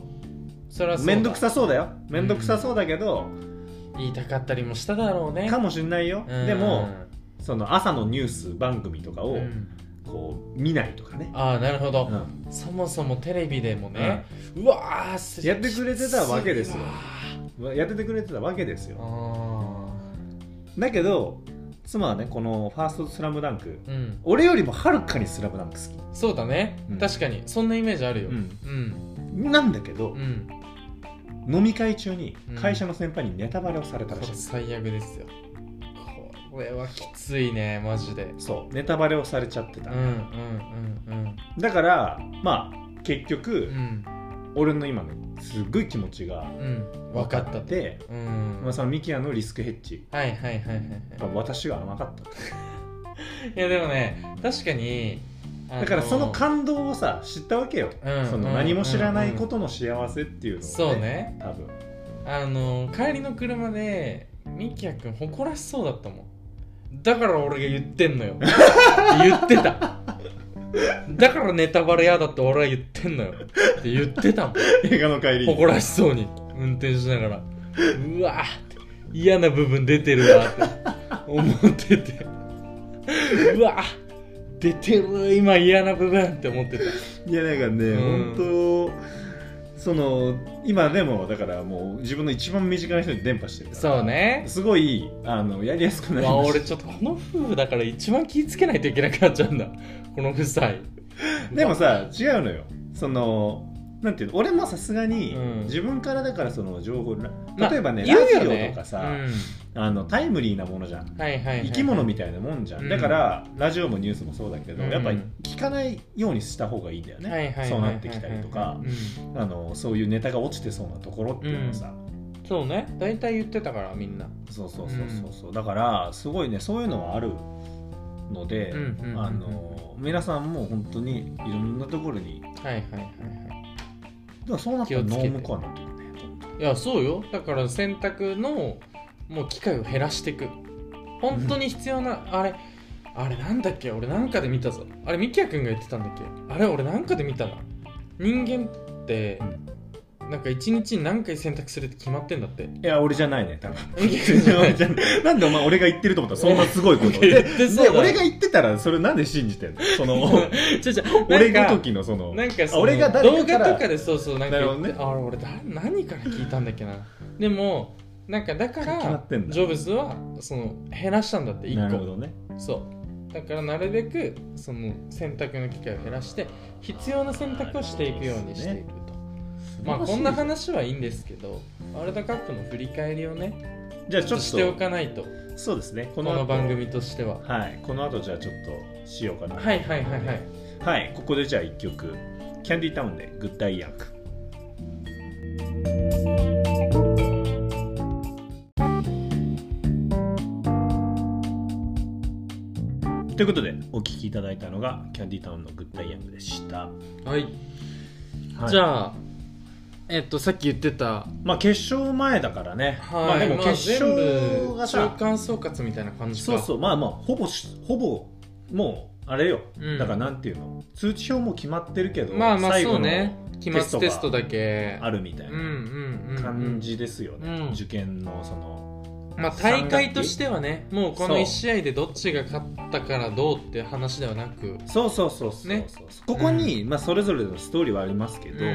Speaker 1: それはそうだ
Speaker 2: 面倒くさそうだよ面倒くさそうだけど、
Speaker 1: 言いたかったりもしただろうね
Speaker 2: かもしんないよ、
Speaker 1: うん
Speaker 2: でもその朝のニュース番組とか
Speaker 1: う
Speaker 2: を
Speaker 1: ん
Speaker 2: こう見ないとかね、
Speaker 1: ああなるほど
Speaker 2: うん
Speaker 1: そもそもテレビでもねうわーす
Speaker 2: やってくれてたわけですよ
Speaker 1: うわ
Speaker 2: やっててくれてたわけです
Speaker 1: ー
Speaker 2: よ
Speaker 1: あ
Speaker 2: だけど妻はねこの「ファーストスラムダンク
Speaker 1: ーうん
Speaker 2: 俺よりもはるかにスラムダンク好
Speaker 1: そうだね
Speaker 2: うん
Speaker 1: 確かにそんなイメージある
Speaker 2: き、
Speaker 1: ようん
Speaker 2: なんだけど、
Speaker 1: うん
Speaker 2: 飲み会中に会社の先輩にネタバレをされた
Speaker 1: こ
Speaker 2: らしい
Speaker 1: れ
Speaker 2: です、
Speaker 1: 最悪ですよこれはきついねマジで
Speaker 2: そうネタバレをされちゃって
Speaker 1: う
Speaker 2: た、
Speaker 1: んうん
Speaker 2: だからまあ結局、
Speaker 1: うんうん
Speaker 2: 俺の今ねすっごい気持ちが
Speaker 1: うんうん分かった
Speaker 2: で、
Speaker 1: うん
Speaker 2: まあ、そのミキヤのリスクヘッジ
Speaker 1: はいはいはいはい
Speaker 2: やっぱ私が甘かった
Speaker 1: いやでもね確かにあの
Speaker 2: だからその感動をさ知ったわけよ、
Speaker 1: うん
Speaker 2: そ
Speaker 1: うん
Speaker 2: の何も知らないことの幸せっていうのを、
Speaker 1: そうね
Speaker 2: 多分
Speaker 1: あの帰りの車でみきやくん誇らしそうだったもんだから俺が言ってんの よ言ってただからネタバレ嫌だって俺は言ってんのよって言ってたもん
Speaker 2: 映画の帰りに
Speaker 1: 誇らしそうに運転しながらうわーって嫌な部分出てるわって思っててうわー出てる今嫌な部分って思ってた
Speaker 2: いやだからね、
Speaker 1: うん
Speaker 2: 本当その今でもだからもう自分の一番身近な人に伝播してるから
Speaker 1: そうね
Speaker 2: すごいあのやりやすくな
Speaker 1: う
Speaker 2: り
Speaker 1: わ
Speaker 2: まし
Speaker 1: 俺ちょっとこの夫婦だから一番気ぃつけないといけなくなっちゃうんだこの夫妻
Speaker 2: たでもさ違うのよそのなんていうの俺もさすがに、
Speaker 1: うん
Speaker 2: 自分からだからその情報例
Speaker 1: まあ
Speaker 2: えばね、
Speaker 1: 言うよ
Speaker 2: ラジ
Speaker 1: ね
Speaker 2: オとかさ、
Speaker 1: う
Speaker 2: あのタイムリーなものじゃん
Speaker 1: んはいはいはいはい
Speaker 2: 生き物みたいなもんじゃん、
Speaker 1: うん
Speaker 2: だからラジオもニュースもそうだけど、
Speaker 1: うん
Speaker 2: やっぱり聞かないようにした方がいいんだよね、
Speaker 1: はいはいはいはい
Speaker 2: そうなってきたりとか、
Speaker 1: うん
Speaker 2: あのそういうネタが落ちてそうなところっていうのをさ、
Speaker 1: そうね大体言ってたからみんな
Speaker 2: そうそうそうそうそうだからすごいねそういうのはあるので、
Speaker 1: うんうんうんうん
Speaker 2: あの皆さんも本当にいろんなところに
Speaker 1: はいはいはいは
Speaker 2: でもそうなったら
Speaker 1: 気を
Speaker 2: ノ
Speaker 1: つけて
Speaker 2: ームコアになってくるね
Speaker 1: いいやそうよだから選択のもう機会を減らしていく本当に必要な、あれあれなんだっけ俺なんかで見たぞあれみきやくんが言ってたんだっけあれ俺なんかで見たな人間ってなんか一日に何回選択するって決まってんだって
Speaker 2: いや俺じゃない ね多分
Speaker 1: みきやくんじゃない
Speaker 2: なんでお前俺が言ってると思ったらそんなすごい ことで
Speaker 1: 言ってそうだ
Speaker 2: で俺が言ってたらそれなんで信じて んのその
Speaker 1: ちょちょ
Speaker 2: 俺
Speaker 1: なん
Speaker 2: ご
Speaker 1: か
Speaker 2: ときのその
Speaker 1: なんかそ
Speaker 2: あ
Speaker 1: の
Speaker 2: 俺が誰
Speaker 1: 動
Speaker 2: かから
Speaker 1: 画とかでそうそうなんか言って、
Speaker 2: なるほ
Speaker 1: あ俺だ何から聞いたんだっけなでもなんかだか
Speaker 2: 決ま
Speaker 1: ら
Speaker 2: ってんだ
Speaker 1: ジョブズはその減らしたんだって
Speaker 2: なる
Speaker 1: 1個
Speaker 2: ほどね
Speaker 1: そうだからなるべくその選択の機会を減らして必要な選択をしていくようにしていくと、まあこんな話はいいんですけどワールドカップの振り返りをね
Speaker 2: じゃあ
Speaker 1: ちょっ
Speaker 2: ちょ
Speaker 1: と
Speaker 2: っ
Speaker 1: してお
Speaker 2: と
Speaker 1: かないと
Speaker 2: そうですね
Speaker 1: こ
Speaker 2: この後
Speaker 1: の番組としては
Speaker 2: はいこの後じゃあちょっとしようかな
Speaker 1: はいはいはいはい
Speaker 2: はいここでじゃあ一曲キャンディータウンでグッダイヤークということでお聴きいただいたのがキャンディータウンのグッダイヤングでした、
Speaker 1: はい、
Speaker 2: はい
Speaker 1: じゃあえっとさっき言ってた
Speaker 2: まあ決勝前だからね、
Speaker 1: はい、
Speaker 2: まあでも決
Speaker 1: まあ全
Speaker 2: 勝
Speaker 1: 部中
Speaker 2: がさ、
Speaker 1: 間総括みたいな感じか
Speaker 2: そうそうまあまあほぼしほぼもうあれよ、
Speaker 1: うん
Speaker 2: だからなんていうの通知表も決まってるけど、
Speaker 1: まあまあ
Speaker 2: 最
Speaker 1: そ
Speaker 2: 後
Speaker 1: う
Speaker 2: の
Speaker 1: ね期末テストだけ
Speaker 2: あるみたい
Speaker 1: うん
Speaker 2: な
Speaker 1: うんうんうん
Speaker 2: 感じですよね、
Speaker 1: うん
Speaker 2: 受験のその
Speaker 1: まあ大会としてはねもうこの1試合でどっちが勝ったからどうって話ではなく
Speaker 2: そうそうそうそうそう、
Speaker 1: ね
Speaker 2: ここに、まあ、それぞれのストーリーはありますけど、
Speaker 1: あ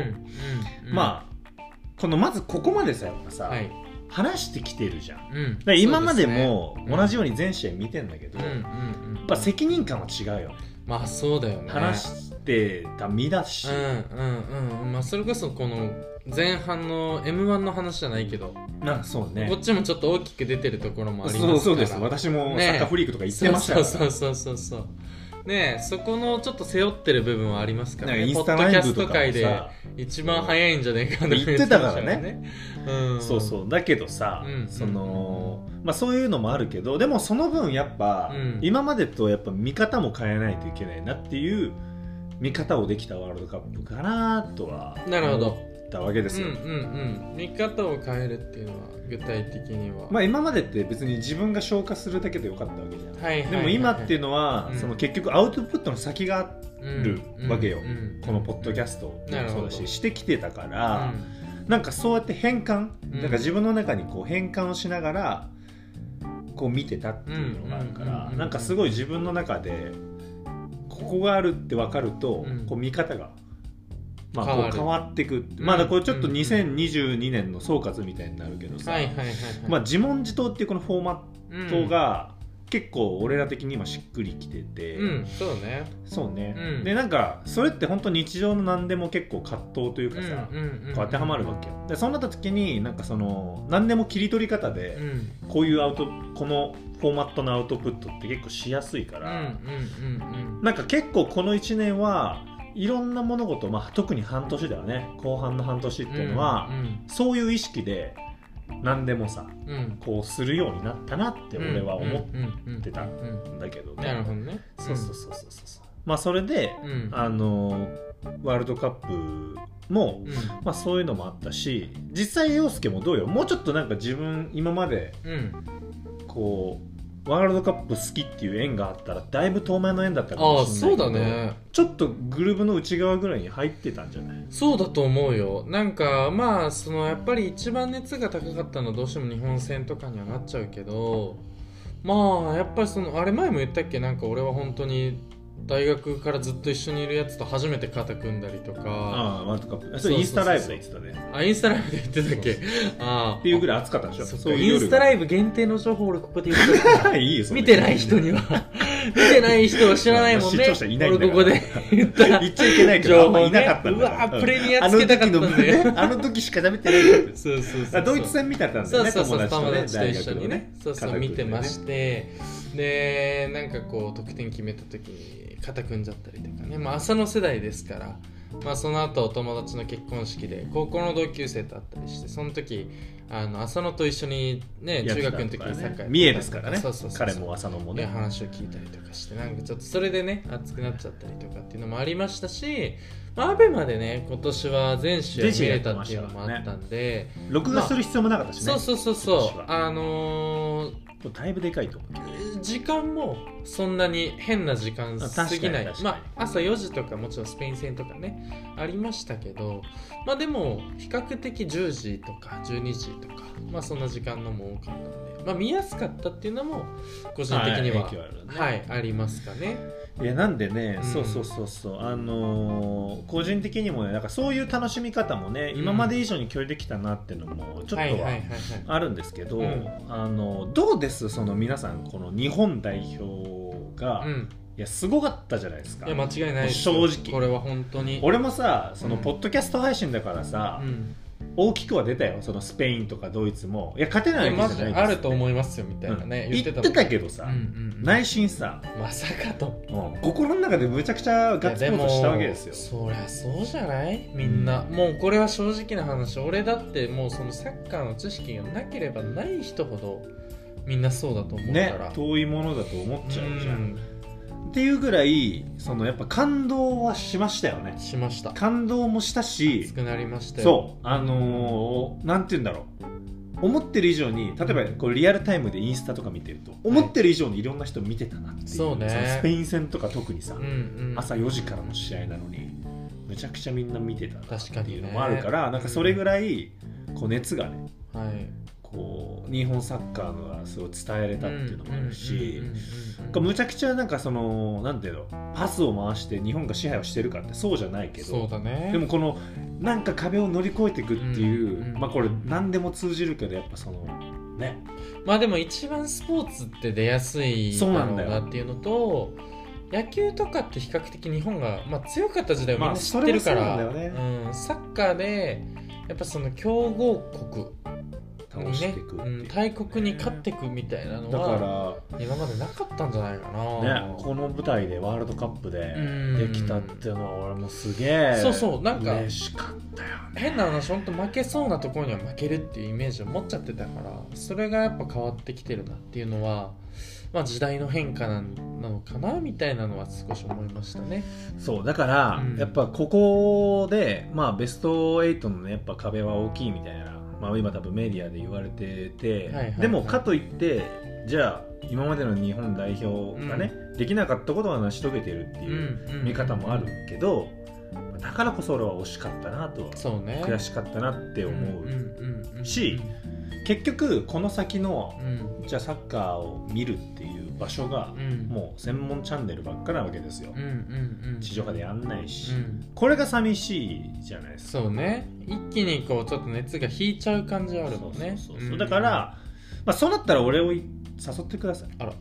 Speaker 2: まあこのまずここまでさやっぱさ、
Speaker 1: はい
Speaker 2: 話してきてるじゃんだか
Speaker 1: うん
Speaker 2: ら今までも
Speaker 1: そうですね
Speaker 2: 同じように全試合見てんだけど、
Speaker 1: うんうん
Speaker 2: やっ
Speaker 1: うんうん
Speaker 2: ぱ責任感は違うよね
Speaker 1: まあそうだよね
Speaker 2: 話してた身だし、
Speaker 1: うんうんうんまあそれこそこの前半の m 1の話じゃないけど、
Speaker 2: まあそうね
Speaker 1: こっちもちょっと大きく出てるところもありますから
Speaker 2: そうそうです私も
Speaker 1: ね
Speaker 2: サッカーフリークとか言ってましたから
Speaker 1: そうそうそうそうそうねえそこのちょっと背負ってる部分はありますか
Speaker 2: な
Speaker 1: ら
Speaker 2: んか
Speaker 1: ね
Speaker 2: イン
Speaker 1: ポ
Speaker 2: ス
Speaker 1: ッ
Speaker 2: タ
Speaker 1: ド
Speaker 2: ラ
Speaker 1: キ
Speaker 2: イ
Speaker 1: ャ
Speaker 2: ブ
Speaker 1: ス
Speaker 2: と
Speaker 1: ト
Speaker 2: かも
Speaker 1: 界で
Speaker 2: さ
Speaker 1: 一番早いんじゃないかな
Speaker 2: 言ってたからね、
Speaker 1: うん、
Speaker 2: そうそうだけどさ、
Speaker 1: うん
Speaker 2: そのまあ、そういうのもあるけどでもその分やっぱ、
Speaker 1: うん
Speaker 2: 今までとやっぱ見方も変えないといけないなっていう見方をできたワールドカップかなとは
Speaker 1: なるほど
Speaker 2: 思ったわけです
Speaker 1: うん
Speaker 2: よ、
Speaker 1: うんうん見方を変えるっていうのは具体的には、
Speaker 2: まあ、今までって別に自分が消化するだけでよかったわけじゃん、
Speaker 1: はいはいはい
Speaker 2: でも今っていうのは、
Speaker 1: うん
Speaker 2: その結局アウトプットの先がるわけよこのポッドキャ
Speaker 1: ス
Speaker 2: スト
Speaker 1: な
Speaker 2: も
Speaker 1: るほ
Speaker 2: そう
Speaker 1: ど
Speaker 2: だししてきてたから、なんかそうやって変換、
Speaker 1: うん
Speaker 2: なんか自分の中にこう変換をしながらこう見てたっていうのがあるか
Speaker 1: うんうんうん
Speaker 2: ら
Speaker 1: うん
Speaker 2: なんかすごい自分の中でここがあるって分かると、
Speaker 1: うん
Speaker 2: こう見方が、まあ、
Speaker 1: 変わる
Speaker 2: こう変わっていくって
Speaker 1: うん
Speaker 2: まあだからこれちょっと
Speaker 1: うんうん
Speaker 2: 2022年の総括みたいになるけどさ、
Speaker 1: はいはいはい、はい、
Speaker 2: まあ、自問自答っていうこのフォーマットが結構俺ら的に今しっくりきてて、
Speaker 1: うん、うん、そうね
Speaker 2: そうね、
Speaker 1: うん
Speaker 2: でなんかそれって本当日常の何でも結構葛藤というかさ、
Speaker 1: ん
Speaker 2: こう当てはまるわけよでそうなった時になんかその何でも切り取り方
Speaker 1: う
Speaker 2: で
Speaker 1: ん
Speaker 2: こういうアウトこのフォーマットのアウトプットって結構しやすいか
Speaker 1: うんう
Speaker 2: ら、
Speaker 1: んうん
Speaker 2: なんか結構この1年はいろんな物事、まあ、特に半年だよね後半の半年って
Speaker 1: うん
Speaker 2: いうのは、
Speaker 1: うん
Speaker 2: そういう意識で何でもさ
Speaker 1: うん
Speaker 2: こうするようになったなって俺は思っってた
Speaker 1: うんうんうんうん
Speaker 2: たんだけどね、
Speaker 1: なるほどね
Speaker 2: そうそうそうそうそうまあそれで、
Speaker 1: うんうん
Speaker 2: あのワールドカップも
Speaker 1: う
Speaker 2: まあ、そういうのもあったし実際陽介もどうよもうちょっとなんか自分今まで
Speaker 1: んうん
Speaker 2: こうワールドカップ好きっていう縁があったらだいぶ遠前の縁だったか
Speaker 1: あ
Speaker 2: も
Speaker 1: あ
Speaker 2: し
Speaker 1: そ
Speaker 2: れないうけ
Speaker 1: だ
Speaker 2: ど
Speaker 1: ね
Speaker 2: ちょっとグルーブの内側ぐらいに入ってたんじゃない
Speaker 1: そうだと思うよなんかまあそのやっぱり一番熱が高かったのはどうしても日本戦とかにはなっちゃうけどまあやっぱりそのあれ前も言ったっけなんか俺は本当に大学からずっと一緒にいるやつと初めて肩組んだりとか
Speaker 2: ああワールドカップ
Speaker 1: そ
Speaker 2: そ
Speaker 1: そうそう
Speaker 2: うれインスタライブで言ってたね
Speaker 1: あインスタライブで言ってたっけあ
Speaker 2: そ
Speaker 1: あ
Speaker 2: っていうぐらい暑かったでしょ
Speaker 1: そっか
Speaker 2: そういう
Speaker 1: インスタラ
Speaker 2: イ
Speaker 1: イブ限定の情報を俺ここで言ってた
Speaker 2: ブいいよそん
Speaker 1: 見てない人には 見てない人は知らないもんね
Speaker 2: 視聴者いないんだ
Speaker 1: 俺
Speaker 2: か
Speaker 1: こ
Speaker 2: ら
Speaker 1: こで言った
Speaker 2: 言っち ゃいけないけど、
Speaker 1: 情報
Speaker 2: あんま
Speaker 1: ね
Speaker 2: いなかったん
Speaker 1: う
Speaker 2: だから
Speaker 1: わプレミアつけたかったん
Speaker 2: あの時
Speaker 1: だ
Speaker 2: の
Speaker 1: よ
Speaker 2: ねあの時しか食べてないんだよ
Speaker 1: そうそうそ
Speaker 2: あ
Speaker 1: う
Speaker 2: ドイツ戦見たんだ
Speaker 1: そ
Speaker 2: よ
Speaker 1: う
Speaker 2: ね
Speaker 1: そうそう
Speaker 2: 友
Speaker 1: 友
Speaker 2: 達とね
Speaker 1: 達と一緒に
Speaker 2: 大学の
Speaker 1: ねそうそ
Speaker 2: 肩
Speaker 1: う
Speaker 2: 組ん
Speaker 1: 見
Speaker 2: で
Speaker 1: て
Speaker 2: ね
Speaker 1: ましてでなんかこう得点決めた時に肩組んじゃったりとかねまあ朝の世代ですからまあその後お友達の結婚式で高校の同級生と会ったりしてその時あの浅野と一緒にね中学の時にサッカーやってたりと
Speaker 2: 三重ですからね
Speaker 1: そうそうそう
Speaker 2: 彼も浅野も
Speaker 1: ね、
Speaker 2: ね
Speaker 1: 話を聞いたりとかしてなんかちょっとそれでね熱くなっちゃったりとかっていうのもありましたし、まあ、アベまでね今年は全試合見れたっていうのもあったんで、
Speaker 2: 録画する必要もなかったしね、
Speaker 1: そうそうそうそうあのー
Speaker 2: だいぶでかいと思うけどね
Speaker 1: 時間もそんなに変な時間過ぎない
Speaker 2: あ確かに確かに
Speaker 1: まあ、朝4時とかもちろんスペイン戦とかねありましたけど、まあ、でも比較的10時とか12時とか、まあ、そんな時間のも多かったんで、まあ、見やすかったっていうのも個人的には、
Speaker 2: はい
Speaker 1: はい
Speaker 2: 影響あるね
Speaker 1: ありますかね。
Speaker 2: いやなんで
Speaker 1: う
Speaker 2: ね、
Speaker 1: ん
Speaker 2: そうそうそうそうあのー個人的にもねなんかそういう楽しみ方もね今まで以上に距離できたなっていうのもちょっと
Speaker 1: はいはいはい
Speaker 2: は
Speaker 1: はい
Speaker 2: あるんですけど、
Speaker 1: うん
Speaker 2: あのどうですその皆さんこの日本代表が、
Speaker 1: う
Speaker 2: い
Speaker 1: ん、
Speaker 2: やすごかったじゃないですか
Speaker 1: いや間違いないです
Speaker 2: もう正直
Speaker 1: これは本当に
Speaker 2: 俺もさその
Speaker 1: うん
Speaker 2: ポッドキャスト配信だからさ、
Speaker 1: うん、
Speaker 2: 大きくは出たよそのスペインとかドイツもいや勝て
Speaker 1: い
Speaker 2: ない
Speaker 1: や
Speaker 2: わ
Speaker 1: マ
Speaker 2: け
Speaker 1: ジ
Speaker 2: じゃない
Speaker 1: あると思
Speaker 2: い
Speaker 1: いますよみたいなね、
Speaker 2: 言って
Speaker 1: もん
Speaker 2: たけどさ、
Speaker 1: うんうんうん
Speaker 2: 内心さ、
Speaker 1: まさかと
Speaker 2: 心の中でむちゃくちゃガッツポーズしたわけですよ
Speaker 1: いやでもそりゃそうじゃないみんな、もうこれは正直な話俺だってもうそのサッカーの知識がなければない人ほどみんなそうだと思うか
Speaker 2: ね
Speaker 1: ら、
Speaker 2: 遠いものだと思っちゃうじゃ、
Speaker 1: うんん
Speaker 2: っていうぐらいそのやっぱ感動はしましたよね
Speaker 1: しました
Speaker 2: 感動もしたし
Speaker 1: 熱くなりましたよ
Speaker 2: そうあのーなんて言うんだろう思ってる以上に例えばこうリアルタイムでインスタとか見てると思ってる以上にいろんな人見てたなっていう
Speaker 1: そうね
Speaker 2: のスペイン戦とか特にさ、
Speaker 1: うんうん、
Speaker 2: 朝4時からの試合なのにむちゃくちゃみんな見てたな
Speaker 1: 確か
Speaker 2: って
Speaker 1: にね
Speaker 2: いうのもあるからなんかそれぐらいこう熱がね
Speaker 1: はい
Speaker 2: こう日本サッカーのがすごい伝えれたっていうのもあるし
Speaker 1: うんうんうんうんうん
Speaker 2: なんかむちゃくちゃなんかそのなんていうのパスを回して日本が支配をしてるかってそうじゃないけ
Speaker 1: そう
Speaker 2: ど
Speaker 1: だね
Speaker 2: でもこのなんか壁を乗り越えていくっていう、
Speaker 1: うんうん
Speaker 2: まあこれ何でも通じるけどやっぱそのね
Speaker 1: まあでも一番スポーツって出やすいだ
Speaker 2: そうな
Speaker 1: ろうん
Speaker 2: だよ
Speaker 1: なっていうのと野球とかって比較的日本が、まあ、強かった時代をみんな知ってるから、
Speaker 2: まあそれはそうなんだ
Speaker 1: うんサッカーでやっぱその強豪国にね
Speaker 2: 倒していくっていう
Speaker 1: うん、大国に勝っていくみたいなの
Speaker 2: だ
Speaker 1: は
Speaker 2: か
Speaker 1: 今までなかったんじゃないからな、
Speaker 2: ねこの舞台でワールドカップで
Speaker 1: うん
Speaker 2: できたっていうのは俺もすげえ
Speaker 1: そうそうなんか
Speaker 2: 嬉しかったよね
Speaker 1: 変な話本当負けそうなところには負けるっていうイメージを持っちゃってたからそれがやっぱ変わってきてるなっていうのは、まあ、時代の変化なんなのかなみたいなのは少し思いましたね。
Speaker 2: そうだから、
Speaker 1: うん
Speaker 2: やっぱここで、まあ、ベスト8の、ね、やっぱ壁は大きいみたいな、まあ、今多分メディアで言われてて、
Speaker 1: はいはいはい
Speaker 2: でもかといってじゃあ今までの日本代表がね、できなかったことは成し遂げてるっていう見方もあるけど、だからこそ俺は惜しかったなとは
Speaker 1: そうね
Speaker 2: 悔
Speaker 1: し
Speaker 2: しかったなって
Speaker 1: い
Speaker 2: 思う、
Speaker 1: う
Speaker 2: し結局この先の
Speaker 1: うん
Speaker 2: じゃあサッカーを見るっていう場所が
Speaker 1: うん
Speaker 2: もう専門チャンネルばっかなわけですよ、
Speaker 1: うんうんうん
Speaker 2: 地上波でやんないし、
Speaker 1: うん
Speaker 2: これが寂しいじゃないですか
Speaker 1: そうね一気にこうちょっと熱が引いちゃう感じはあるもんね
Speaker 2: そうそうそうそうだから、まあ、そうなったら俺をい誘ってください
Speaker 1: うん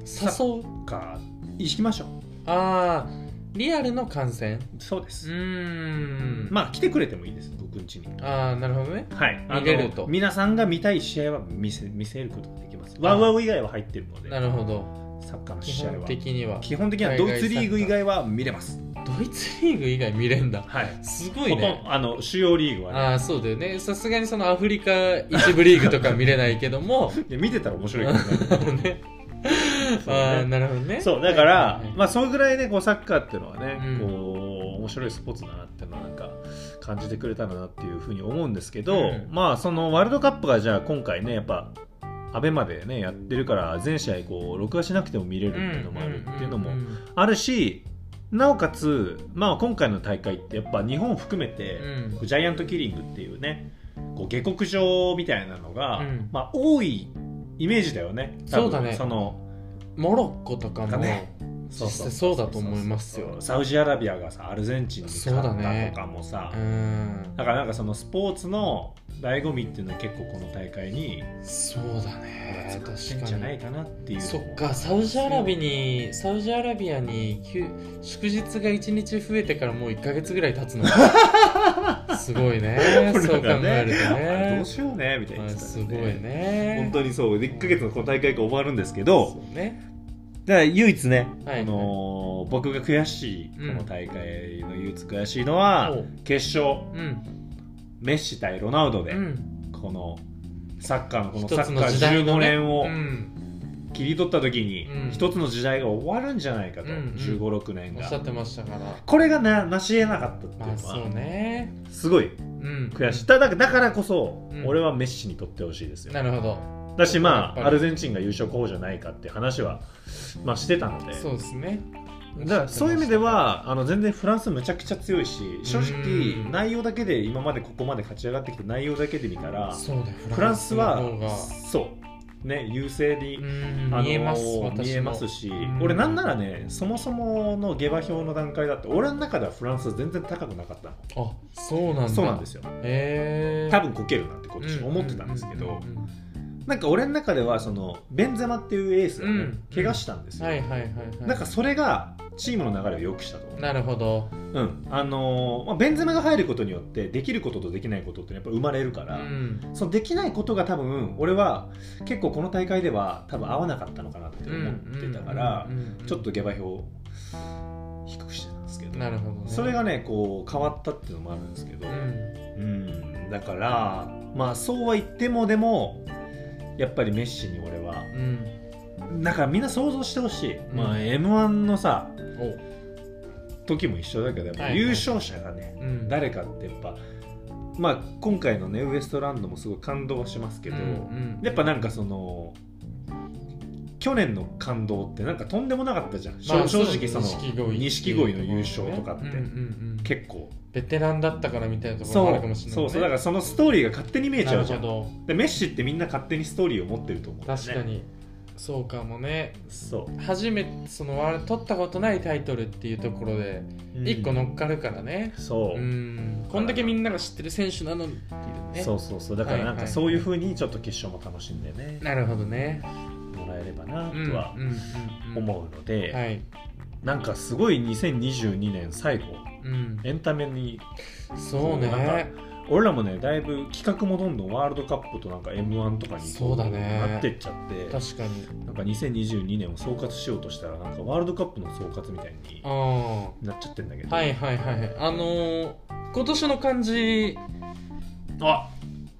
Speaker 1: 誘う
Speaker 2: か行きましょ
Speaker 1: ああリアルの感染
Speaker 2: うそうで
Speaker 1: う
Speaker 2: す、
Speaker 1: ーん
Speaker 2: まあ来てくれてもいいです僕ん家に
Speaker 1: ああなるほどね
Speaker 2: はいあの
Speaker 1: 見れると
Speaker 2: 皆さんが見たい試合は見せ見せることができますワウワウ以外は入ってるので
Speaker 1: なるほど
Speaker 2: サッカーの
Speaker 1: 基
Speaker 2: 試合
Speaker 1: 本
Speaker 2: は
Speaker 1: 的には
Speaker 2: 基本的にはドイツリーグ以外は見れます
Speaker 1: ドイツリーグ以外見れんだ
Speaker 2: はい
Speaker 1: す
Speaker 2: ほ
Speaker 1: ご
Speaker 2: と
Speaker 1: い
Speaker 2: ん
Speaker 1: ね
Speaker 2: どあの主要リーグはね
Speaker 1: ああそうだよねさすがにそのアフリカ一部リーグとか見れないけども
Speaker 2: いや見てたら面白い けどね
Speaker 1: ね
Speaker 2: そうね
Speaker 1: ああなるほど ね
Speaker 2: そうだから、
Speaker 1: はいはい
Speaker 2: まあそのぐらいねこうサッカーっていうのはね、
Speaker 1: うん
Speaker 2: こう面白いスポーツだなっていうのはなんか感じてくれたらなっていうふうに思うんですけど、
Speaker 1: うん
Speaker 2: まあそのワールドカップがじゃあ今回ねやっぱアベまでねやってるから全試合こう録画しなくても見れるっていうのもあるっていうの
Speaker 1: ん
Speaker 2: も
Speaker 1: んん
Speaker 2: あるしなおかつ、まあ、今回の大会ってやっぱ日本を含めて、
Speaker 1: うん
Speaker 2: ジャイアントキリングっていうねこう下克上みたいなのが、
Speaker 1: うん
Speaker 2: まあ、多いイメージだよね多分
Speaker 1: そうだね
Speaker 2: その
Speaker 1: モロッコとかも、
Speaker 2: だね
Speaker 1: 実際そうだと思いますよ
Speaker 2: サウジアラビアがさアルゼンチンに勝った
Speaker 1: そうだね
Speaker 2: とかもさ
Speaker 1: うーん
Speaker 2: だからなんかそのスポーツの醍醐味っていうのは結構この大会に
Speaker 1: そうだね
Speaker 2: 使
Speaker 1: 確
Speaker 2: ってん
Speaker 1: か
Speaker 2: じゃな
Speaker 1: に
Speaker 2: いかなっていう
Speaker 1: そっかサウジアラビにサウジアラビアに休祝日が1日増えてからもう1か月ぐらい経つの かすごいねそう考えると
Speaker 2: あれ
Speaker 1: ね
Speaker 2: どうしようねみたいな
Speaker 1: あ
Speaker 2: 言ってた
Speaker 1: す
Speaker 2: よ
Speaker 1: ごいね
Speaker 2: 本当にそうで1か月のこの大会が終わるんですけど
Speaker 1: そうね
Speaker 2: だから唯一ね、
Speaker 1: はい
Speaker 2: あのー僕が悔しいこ
Speaker 1: うん
Speaker 2: の大会の唯一悔しいのは、
Speaker 1: おう
Speaker 2: 決勝
Speaker 1: うん
Speaker 2: メッシ対ロナウドで、
Speaker 1: うん
Speaker 2: このサッカーのこの
Speaker 1: 一
Speaker 2: サ
Speaker 1: つ
Speaker 2: ッカ
Speaker 1: の
Speaker 2: ー
Speaker 1: 時代の
Speaker 2: 15
Speaker 1: ね
Speaker 2: 年を
Speaker 1: うん
Speaker 2: 切り取った時に
Speaker 1: うん
Speaker 2: 一つの時代が終わるんじゃないかと、
Speaker 1: うんうん
Speaker 2: 1 5 6年
Speaker 1: おっしゃっ
Speaker 2: が
Speaker 1: てましたから
Speaker 2: これがな成し得なかったっていうの
Speaker 1: まあ
Speaker 2: は、
Speaker 1: そうね
Speaker 2: すごい
Speaker 1: うん
Speaker 2: 悔しいただだからこそ、
Speaker 1: うん
Speaker 2: 俺はメッシにとってほしいですよ
Speaker 1: なるほど
Speaker 2: だしま
Speaker 1: やっぱり
Speaker 2: あアルゼンチンが優勝候補じゃないかって話は、まあ、してたので
Speaker 1: そうですね
Speaker 2: だからそういう意味ではあの全然フランスむちゃくちゃ強いし正
Speaker 1: う
Speaker 2: 直
Speaker 1: ん
Speaker 2: 内容だけで今までここまで勝ち上がってきて内容だけで見たら
Speaker 1: そうだよ
Speaker 2: フランスは
Speaker 1: の方が
Speaker 2: そうね優勢に
Speaker 1: うん
Speaker 2: あの
Speaker 1: 見えます私も
Speaker 2: 見えますし、
Speaker 1: ん
Speaker 2: 俺なんならねそもそもの下馬評の段階だって俺の中ではフランスは全然高くなかったの
Speaker 1: あそうなんだ
Speaker 2: そうなんですすよ
Speaker 1: へえ
Speaker 2: 多分こけるなって今年思ってたんですけど、
Speaker 1: ううんうんうん
Speaker 2: なんか俺の中ではそのベンゼマっていうエースがね、
Speaker 1: うん
Speaker 2: 怪我したんですよ、
Speaker 1: はいはいはいはい
Speaker 2: なんかそれがチームの流れを良くしたと思う
Speaker 1: なるほど
Speaker 2: うんあのーまあ、ベンゼマが入ることによってできることとできないことってやっぱ生まれるか
Speaker 1: う
Speaker 2: ら、
Speaker 1: ん
Speaker 2: そのできないことが多分俺は結構この大会では多分合わなかったのかなって思ってたから、
Speaker 1: うんうんうん
Speaker 2: ちょっと下馬評低くしてたんですけど
Speaker 1: なるほどね
Speaker 2: それがねこう変わったっていうのもあるんですけど、
Speaker 1: うん
Speaker 2: うんだからまあそうは言ってもでもやっぱりメッシに俺は
Speaker 1: うん
Speaker 2: だからみんな想像してほしい、
Speaker 1: ん
Speaker 2: まあ m 1のさ
Speaker 1: お
Speaker 2: 時も一緒だけどやっぱ
Speaker 1: はいはい
Speaker 2: 優勝者がね、
Speaker 1: うん
Speaker 2: 誰かってやっぱまあ、今回のねウエストランドもすごい感動はしますけど、
Speaker 1: うんうん
Speaker 2: やっぱなんかその去年の感動ってなんかとんでもなかったじゃん、
Speaker 1: まあ
Speaker 2: 正直
Speaker 1: そ
Speaker 2: そ
Speaker 1: う
Speaker 2: の
Speaker 1: 錦鯉
Speaker 2: 錦鯉の優勝とかって、
Speaker 1: うんうんうん
Speaker 2: 結構
Speaker 1: ベテランだったからみたいなところもあ
Speaker 2: そ
Speaker 1: るかも
Speaker 2: う
Speaker 1: しれない、
Speaker 2: そうそうだかららそのストーリーが勝手に見えちゃうじゃ
Speaker 1: なる
Speaker 2: ん
Speaker 1: ほ
Speaker 2: でメッシってみんな勝手にストーリーを持ってると思う
Speaker 1: ど
Speaker 2: んだよね
Speaker 1: 確かに、そうかもね
Speaker 2: そ
Speaker 1: 初めてそのわ取ったことないタイトルっていうところで
Speaker 2: う、うん
Speaker 1: 一個乗っかるからね
Speaker 2: そうう、
Speaker 1: んこんだけみんなが知ってる選手なのにっていうね
Speaker 2: そうそうそうだからなん
Speaker 1: はいはい
Speaker 2: かそういうふうにちょっと決勝も楽しんでね、
Speaker 1: なるほどね
Speaker 2: もらえればな
Speaker 1: うん
Speaker 2: とは
Speaker 1: うんうんうん
Speaker 2: 思うので、
Speaker 1: はい、
Speaker 2: なんかすごい2022年最後
Speaker 1: うん、
Speaker 2: エンタメに
Speaker 1: そう
Speaker 2: なん
Speaker 1: ね
Speaker 2: 俺らもねだいぶ企画もどんどんワールドカップとなんか m 1とかに
Speaker 1: そうだね
Speaker 2: なってっちゃって
Speaker 1: 確かに
Speaker 2: なんか2022年を総括しようとしたらなんかワールドカップの総括みたいに
Speaker 1: ああ
Speaker 2: なっちゃってんだけど、
Speaker 1: はいはいはいはいあのー、今年の感じ
Speaker 2: あ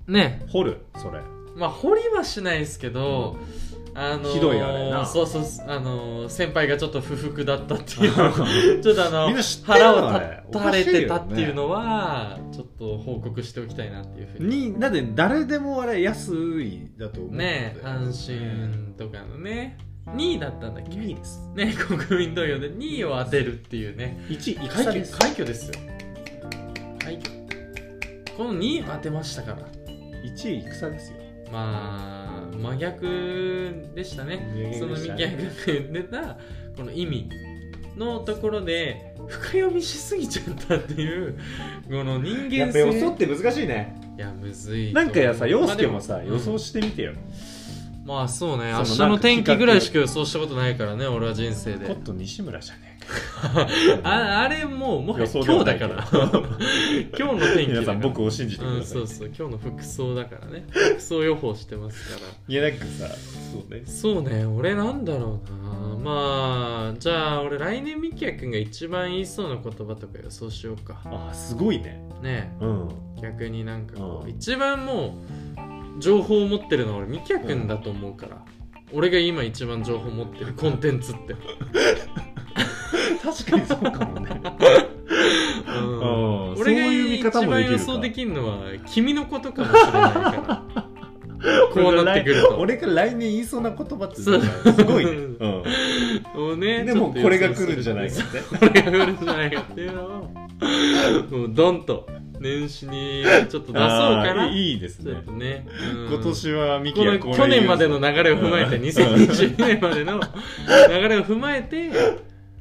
Speaker 1: ね
Speaker 2: 掘るそれ
Speaker 1: まあ掘りはしないですけど、あのー
Speaker 2: ひどいあれな
Speaker 1: そうそうあのー、先輩がちょっと不服だったっていう ちょっとあの
Speaker 2: みんな知ってる
Speaker 1: 腹
Speaker 2: の
Speaker 1: を
Speaker 2: あ
Speaker 1: た
Speaker 2: れ
Speaker 1: たれてたっていうのは、ちょっと報告しておきたいなっていうふうに
Speaker 2: にだって誰でもあれ安いだと思うんだよ
Speaker 1: ね安心とかのね2位だったんだっけ
Speaker 2: 2位です
Speaker 1: ね国民投票で2位を当てるっていうね
Speaker 2: 1位
Speaker 1: 快挙
Speaker 2: 快挙ですよ
Speaker 1: はいこの2位を当てましたから
Speaker 2: 1位戦ですよ
Speaker 1: まあ真逆でしたねその三木谷君が言ってたこの意味のところで深読みしすぎちゃったっていうこの人間
Speaker 2: やっぱ
Speaker 1: 性
Speaker 2: 予想って難しいね
Speaker 1: いやむずいと
Speaker 2: な
Speaker 1: 思うん
Speaker 2: かやさ陽介も
Speaker 1: ま
Speaker 2: さ
Speaker 1: あで
Speaker 2: 予想してみてよ
Speaker 1: うんまあそうね明日
Speaker 2: そのなん
Speaker 1: の
Speaker 2: か
Speaker 1: 天気ぐらいしか予想したことないからね俺は人生
Speaker 2: コ
Speaker 1: で
Speaker 2: ットン西村じゃね
Speaker 1: ああれもうもはや
Speaker 2: 予想
Speaker 1: 今
Speaker 2: では
Speaker 1: 日
Speaker 2: な
Speaker 1: だ
Speaker 2: い
Speaker 1: から
Speaker 2: けど
Speaker 1: 今日の
Speaker 2: え
Speaker 1: 天気 だ
Speaker 2: 皆
Speaker 1: か
Speaker 2: さ
Speaker 1: ら
Speaker 2: ん僕を信じて
Speaker 1: う
Speaker 2: く
Speaker 1: ん
Speaker 2: ださ
Speaker 1: そ
Speaker 2: いう
Speaker 1: そう今日の服装だからね服装予報してますから
Speaker 2: いやなんかさそうね
Speaker 1: そうね俺なんだろうなまあじゃあ俺来年みきやくんが一番言いそうな言葉とか予想しようか
Speaker 2: あーすごいね
Speaker 1: ね
Speaker 2: うん
Speaker 1: え逆になんかこ
Speaker 2: う
Speaker 1: うん一番もう情報を持ってるのは俺みきやくんだと思うから、俺が今一番情報持ってるコンテンツって、
Speaker 2: 確かにそうかもね
Speaker 1: うん
Speaker 2: うんそう
Speaker 1: 俺が
Speaker 2: いう見
Speaker 1: 一
Speaker 2: 方も
Speaker 1: 番
Speaker 2: で
Speaker 1: 予
Speaker 2: きる
Speaker 1: 想で
Speaker 2: か
Speaker 1: きるのは君のことかもしれないからこうなってくると
Speaker 2: 俺が来年言いそうな言葉って
Speaker 1: そう
Speaker 2: すごいね、 うん
Speaker 1: もうね
Speaker 2: でも
Speaker 1: ちょっと予想
Speaker 2: これが来るんじゃないかって
Speaker 1: これが来るんじゃないかっていうのをもうドンと年始にちょっと出そうか
Speaker 2: あ
Speaker 1: な
Speaker 2: ーいいいいです
Speaker 1: ちょっ
Speaker 2: ね
Speaker 1: とね、うん
Speaker 2: 今年はミキ
Speaker 1: こ
Speaker 2: が
Speaker 1: の
Speaker 2: これ
Speaker 1: 去年までの流れを踏まえて
Speaker 2: うん
Speaker 1: 2022年までの流れを踏まえて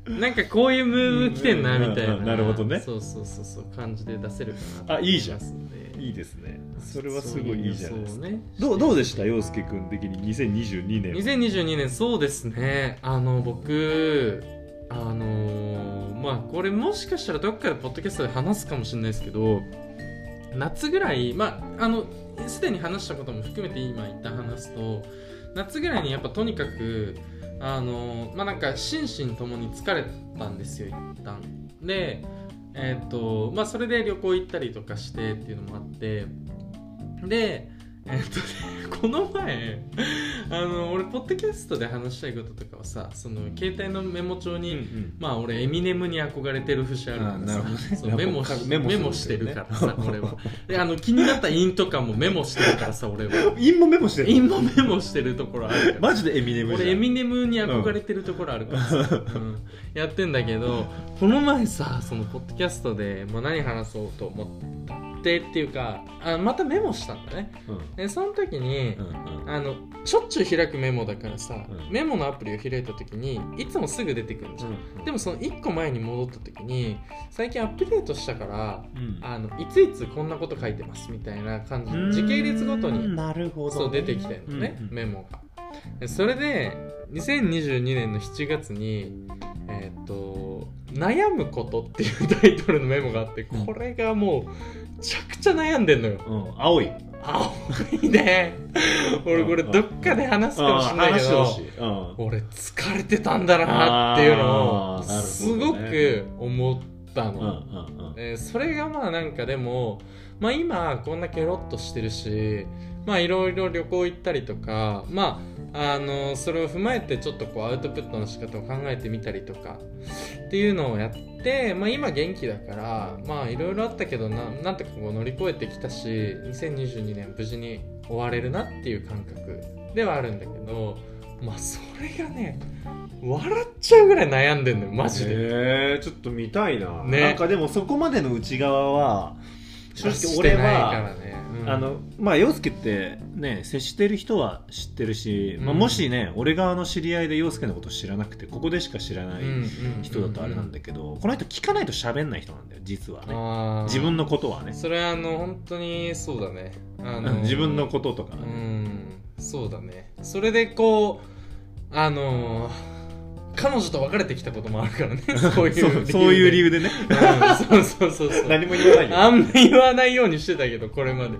Speaker 1: なんかこういうムーブ来てんな
Speaker 2: うん
Speaker 1: みたいな、
Speaker 2: うんなるほどね
Speaker 1: そうそうそうそう感じで出せるかなと
Speaker 2: あいいじゃん
Speaker 1: 思ますので
Speaker 2: いいですねそれはすごいいいじゃないですか
Speaker 1: そうう予想をね
Speaker 2: どうどうでした陽介君的に2022年
Speaker 1: 2022年そうですねあの僕あのーまあこれもしかしたらどっかでポッドキャストで話すかもしれないですけど夏ぐらいまああのすでに話したことも含めて今一旦話すと夏ぐらいにやっぱとにかくあのまあなんか心身ともに疲れたんですよ一旦でえっ、とまあそれで旅行行ったりとかしてっていうのもあってでえっ、とね この前あの俺ポッドキャストで話したいこととかはさその携帯のメモ帳に、まあ俺エミネムに憧れてる節あるからさ
Speaker 2: あなるほどね
Speaker 1: そうメモしメ
Speaker 2: メ
Speaker 1: モ
Speaker 2: モ
Speaker 1: して
Speaker 2: するん
Speaker 1: る
Speaker 2: だよね
Speaker 1: からさ俺はであの気になった印とかもメモしてるからさ俺 は
Speaker 2: 陰もメモして
Speaker 1: 印もメモしてるところあるから
Speaker 2: マジでエミネムじゃん
Speaker 1: 俺エミネムに憧れてるところある からさ、うんやってんだけどこの前さそのポッドキャストで、まあ、何話そうと思ってっていうかあまたメモしたんだね
Speaker 2: うん
Speaker 1: でその時に、
Speaker 2: うん
Speaker 1: あのしょっちゅう開くメモだからさ、
Speaker 2: うん
Speaker 1: メモのアプリを開いた時にいつもすぐ出てくるじゃん、
Speaker 2: うん
Speaker 1: でもその1個前に戻った時に最近アップデートしたから
Speaker 2: うん
Speaker 1: あのいついつこんなこと書いてますみたいな感じ時系列ごとに
Speaker 2: うんなるほどね
Speaker 1: そう出てきてるのね、
Speaker 2: うんうん
Speaker 1: メモがでそれで2022年の7月にえーっ、と「悩むこと」っていうタイトルのメモがあって
Speaker 2: うん
Speaker 1: これがもうめちゃくちゃ悩んでんのよ
Speaker 2: うん青い
Speaker 1: 青い ね俺これどっかで話すかもしれないけ
Speaker 2: うん
Speaker 1: ど
Speaker 2: 話してほしいうん
Speaker 1: 俺疲れてたんだなっていうの
Speaker 2: あ
Speaker 1: を
Speaker 2: ーなる
Speaker 1: すご
Speaker 2: ほどね
Speaker 1: く思ったの、
Speaker 2: うんうんうん
Speaker 1: えーそれがまあなんかでも、まあ、今こんなケロッとしてるしまあいろいろ旅行行ったりとかまああのそれを踏まえてちょっとこうアウトプットの仕方を考えてみたりとかっていうのをやって、まあ、今元気だからまあいろいろあったけどななんとかこう乗り越えてきたし2022年無事に終われるなっていう感覚ではあるんだけどまあそれがね笑っちゃうぐらい悩んでんのよマジで。
Speaker 2: えちょっと見たいな、
Speaker 1: ね
Speaker 2: なんかでもそこまでの内側は正直
Speaker 1: して
Speaker 2: 俺
Speaker 1: ない
Speaker 2: は
Speaker 1: からね、うん
Speaker 2: あのまあ陽介ってね接してる人は知ってるし、まあ、
Speaker 1: うん
Speaker 2: もしね俺側の知り合いで陽介のこと知らなくてここでしか知らない人だとあれなんだ
Speaker 1: け
Speaker 2: けど、この人聞かないと喋んない人なんだよ実はね
Speaker 1: ど
Speaker 2: 自分のことはね、
Speaker 1: それはあの本当にそうだねあの
Speaker 2: 自分のこととか、
Speaker 1: うんそうだねそれでこうあの彼女と別れてきたこともあるから ねそういう
Speaker 2: そうそういう理
Speaker 1: 由
Speaker 2: 由でね
Speaker 1: でうんそうそうそうそう
Speaker 2: 何も言わないよ
Speaker 1: あんま言わないようにしてたけどこれまで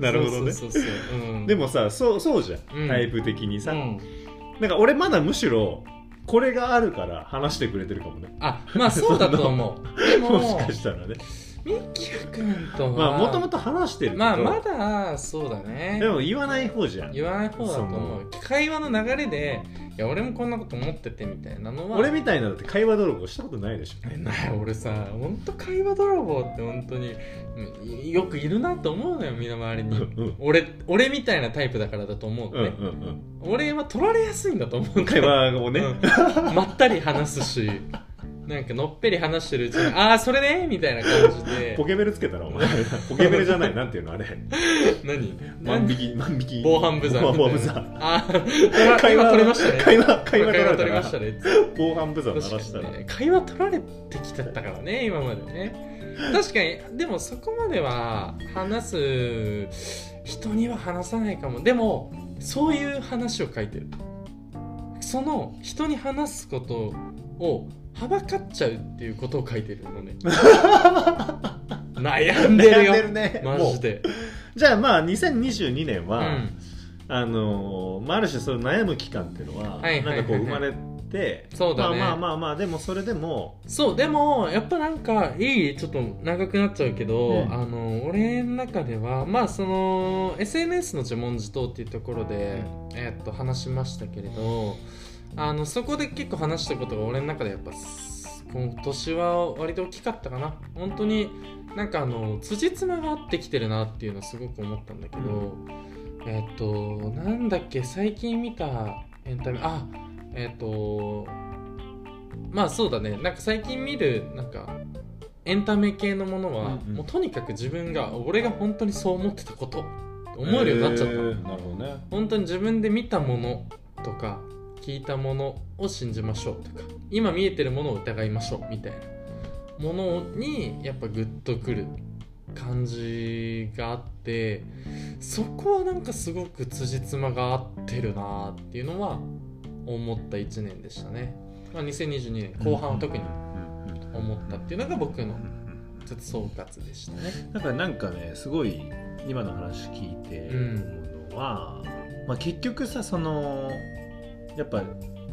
Speaker 2: なるほどね
Speaker 1: そうそうそうそう、うん、
Speaker 2: でもさそうそうじゃん、
Speaker 1: うん
Speaker 2: タイプ的にさ、
Speaker 1: うん
Speaker 2: なんか俺まだむしろこれがあるから話してくれてるかもね
Speaker 1: あまあそうだと思うでも
Speaker 2: もしかしたらね
Speaker 1: みきやくんと
Speaker 2: ま
Speaker 1: は
Speaker 2: あもともと話してるけど、
Speaker 1: まあまだそうだね
Speaker 2: でも言わない方じゃん
Speaker 1: 言わない方だと思う会話の流れで「いや俺もこんなこと思ってて」みたいなのは
Speaker 2: 俺みたいなのって会話泥棒したことないでしょ
Speaker 1: ない俺さ本当会話泥棒って本当にうんよくいるなと思うのよみんな周り
Speaker 2: うんう
Speaker 1: に
Speaker 2: ん
Speaker 1: 俺俺みたいなタイプだからだと思う
Speaker 2: うんう
Speaker 1: のね、
Speaker 2: ん
Speaker 1: 俺は取られやすいんだと思う
Speaker 2: うん会話をね、
Speaker 1: うん まったり話すしなんかのっぺり話してるうちに 「ああそれね」みたいな感じで
Speaker 2: ポケベルつけたらお前ポケベルじゃないなんていうのあれ
Speaker 1: 何
Speaker 2: 万引き万引き
Speaker 1: 防犯ブザー
Speaker 2: 防
Speaker 1: みたいな
Speaker 2: 犯ブザ ー
Speaker 1: ああ
Speaker 2: 会
Speaker 1: 今
Speaker 2: 話
Speaker 1: 取れましたね
Speaker 2: 会話会話
Speaker 1: 会話取
Speaker 2: 取れ
Speaker 1: り
Speaker 2: ま
Speaker 1: ま
Speaker 2: し
Speaker 1: したた
Speaker 2: ら
Speaker 1: ね
Speaker 2: 防犯ブザー鳴らし
Speaker 1: 確
Speaker 2: た
Speaker 1: からにね会話取られてきちゃったからね今までね確かにでもそこまでは話す人には話さないかもでもそういう話を書いてるその人に話すことをはばかっちゃうっていうことを書いてるの ね悩んでるよ
Speaker 2: 悩んでるね
Speaker 1: マ
Speaker 2: も
Speaker 1: ジで
Speaker 2: うじゃあまあ2022年
Speaker 1: う
Speaker 2: は、
Speaker 1: ん
Speaker 2: あのーまあ、ある種その悩む期間っていうのは,、
Speaker 1: はいはいはいはい
Speaker 2: なんかこう生まれて
Speaker 1: そうだね
Speaker 2: まあまあまあまあでもそれでも
Speaker 1: そうでもやっぱなんかいいちょっと長くなっちゃうけど、
Speaker 2: うん
Speaker 1: あの俺の中ではまあその SNS の自問自答っていうところで、えっと話しましたけれどあのそこで結構話したことが俺の中でやっぱす今年は割と大きかったかな本当になんかあの辻褄が合ってきてるなっていうのをすごく思ったんだけど、えっとなんだっけ最近見たエンタメあえっとまあそうだねなんか最近見るなんかエンタメ系のものは、
Speaker 2: うんうん
Speaker 1: もうとにかく自分が俺が本当にそう思ってたこと思えるようになっちゃった、
Speaker 2: えーなるほどね
Speaker 1: 本当に自分で見たものとか聞いたものを信じましょうとか今見えてるものを疑いましょうみたいなものにやっぱグッとくる感じがあってそこはなんかすごく辻褄が合ってるなっていうのは思った1年でしたね、まあ、2022年後半は特に思ったっていうのが僕のちょっと総括でしたね
Speaker 2: だからなんかねすごい今の話聞いて思うのは、まあ、結局さそのやっぱ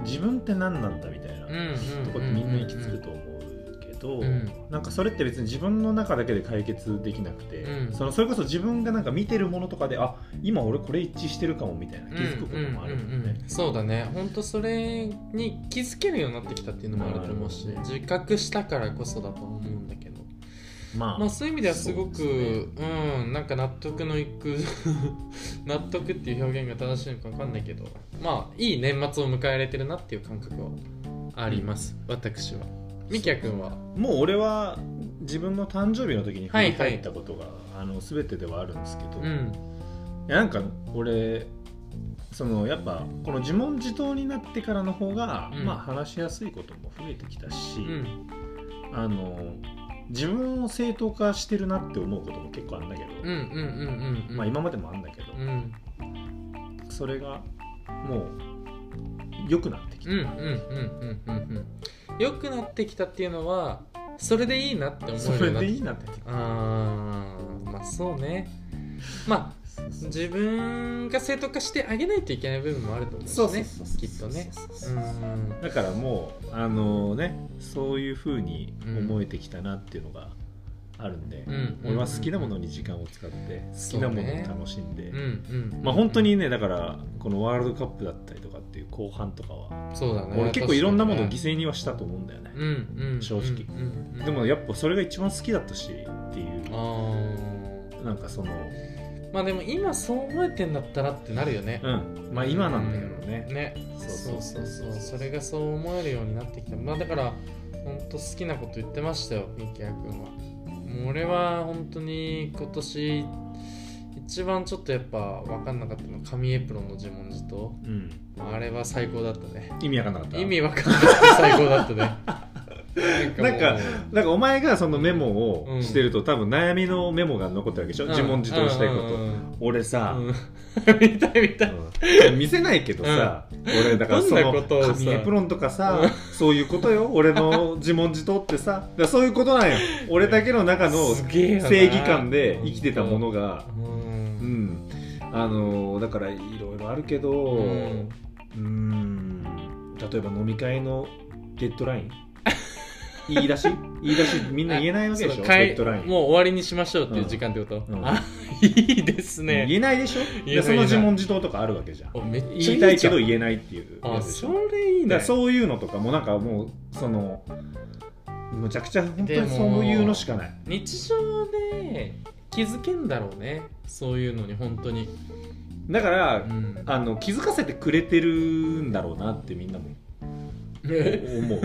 Speaker 2: 自分って何なんだみたいな
Speaker 1: うんうんうんうん
Speaker 2: とこってみんな行き着くと思うけど、
Speaker 1: うん
Speaker 2: なんかそれって別に自分の中だけで解決できなくて、
Speaker 1: うん
Speaker 2: そのそれこそ自分がなんか見てるものとかであ今俺これ一致してるかもみたいな気づくこともあるもんね。
Speaker 1: うんうんうんうんそうだね本当それに気づけるようになってきたっていうのもあると思うし
Speaker 2: なるほ
Speaker 1: 自覚したからこそだと思うんだけど、
Speaker 2: まあ、
Speaker 1: まあ、そういう意味ではすごく,、
Speaker 2: そうう
Speaker 1: んなんか納得のいく 納得っていう表現が正しいのか分かんないけどまあいい年末を迎えられてるなっていう感覚はあります、私はみきやくんは
Speaker 2: もう俺は自分の誕生日の時に振り返ったことが、あの全てではあるんですけど、
Speaker 1: う
Speaker 2: い
Speaker 1: ん
Speaker 2: やなんか俺そのやっぱこの自問自答になってからの方が、
Speaker 1: うん
Speaker 2: まあ話しやすいことも増えてきたし、
Speaker 1: うん
Speaker 2: あの自分を正当化してるなって思うことも結構あるんだけど、
Speaker 1: うんうんうんうん
Speaker 2: まあ今までもあるんだけど、
Speaker 1: うん
Speaker 2: それがもう良くなってきた、
Speaker 1: うんうんうんうんうんうん良くなってきたっていうのはそれでいいなって思
Speaker 2: そう
Speaker 1: よう
Speaker 2: れ
Speaker 1: になっ
Speaker 2: で
Speaker 1: て
Speaker 2: いいなって
Speaker 1: あーまあそうねまあ自分が正当化してあげないといけない部分もあると思うしね
Speaker 2: そうそうそうそう
Speaker 1: きっとねうん
Speaker 2: だからもうあのねそういうふうに思えてきたなっていうのがあるんで、
Speaker 1: うんうんうん
Speaker 2: 俺は好きなものに時間を使って好きなものを楽しんで、
Speaker 1: うんうん
Speaker 2: まあ本当にねだからこのワールドカップだったりとかっていう後半とかは
Speaker 1: そうだね
Speaker 2: 俺結構いろんなものを犠
Speaker 1: 牲
Speaker 2: 牲にはしたと思うんだよね、
Speaker 1: うんうんうん
Speaker 2: 正直
Speaker 1: うんうん
Speaker 2: でもやっぱそれが一番好きだったしっていう
Speaker 1: あ
Speaker 2: なんかその
Speaker 1: ーまあでも今そう思えてんだったらってなるよね
Speaker 2: うんまあ今なんだけどね、
Speaker 1: ねそうそうそうそれがそう思えるようになってきたまあだから本当好きなこと言ってましたよミキヤ君はもう俺は本当に今年一番ちょっとやっぱ分かんなかったのは紙エプロンの自問自答
Speaker 2: うん、
Speaker 1: あれは最高だったね
Speaker 2: 意味わかんなかった
Speaker 1: 意味分かんなくて最高だったね
Speaker 2: な
Speaker 1: なんんか
Speaker 2: か
Speaker 1: もう
Speaker 2: なんかお前がそのメモをしてると、多分悩みのメモが残ってるわけでしょ、
Speaker 1: うん
Speaker 2: 自問自答したいこと、
Speaker 1: うんうん
Speaker 2: 俺さ、
Speaker 1: うん 見たい見たい
Speaker 2: うん見せないけどさ、俺だからそ
Speaker 1: どん
Speaker 2: の
Speaker 1: なことをさ
Speaker 2: 紙エプロンとかさ、
Speaker 1: うん
Speaker 2: そういうことよ俺の自問自答ってさだからそういうことなんよ俺だけの中の
Speaker 1: すげえよな
Speaker 2: 正義感で生きてたものが
Speaker 1: う
Speaker 2: うんんあのーだからいろいろあるけど
Speaker 1: う
Speaker 2: うん
Speaker 1: ん
Speaker 2: ん例えば飲み会のデッド ライン言い出し言い出しみんな言えないわけでし
Speaker 1: そ
Speaker 2: ょ
Speaker 1: う
Speaker 2: デ
Speaker 1: かい
Speaker 2: ッドライン
Speaker 1: もう終わりにしましょうっていう時間ってこと、
Speaker 2: うんうん
Speaker 1: あいいです
Speaker 2: 言
Speaker 1: ね
Speaker 2: えないでしょ
Speaker 1: 言えない
Speaker 2: でその自問自答とかあるわけじゃん
Speaker 1: おめっちゃいいじゃ
Speaker 2: 言
Speaker 1: ん
Speaker 2: いたいけど言えないっていうや
Speaker 1: あ
Speaker 2: つでし
Speaker 1: そ
Speaker 2: ょ
Speaker 1: れいいね
Speaker 2: だからそういうのとかもなんかもうそのむちゃくちゃ本当
Speaker 1: で
Speaker 2: に
Speaker 1: も
Speaker 2: そういうのしかない
Speaker 1: 日常で気づけんだろうねそういうのに本当に、
Speaker 2: だから、
Speaker 1: うん、
Speaker 2: あの気づかせてくれてるんだろうなってみんなも思 う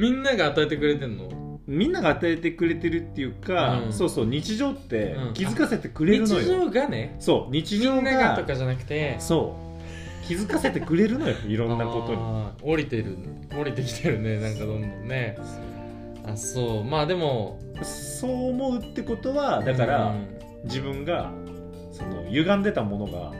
Speaker 1: みんなが与えてくれてんの
Speaker 2: みんなが与えてくれてるっていうか、
Speaker 1: うん
Speaker 2: そうそう日常って
Speaker 1: うん
Speaker 2: 気づかせてくれる
Speaker 1: 日
Speaker 2: のよ、
Speaker 1: 常がね
Speaker 2: そう日
Speaker 1: み
Speaker 2: 常
Speaker 1: んなが
Speaker 2: が
Speaker 1: とかじゃなくて
Speaker 2: そう気づかせてくれる のよいろんなことに
Speaker 1: あー降りてる降りてきてるねなんかどんどんねあそうまあでも
Speaker 2: そう思うってことはだか
Speaker 1: う
Speaker 2: ら、
Speaker 1: ん
Speaker 2: 自分がその歪んでたものが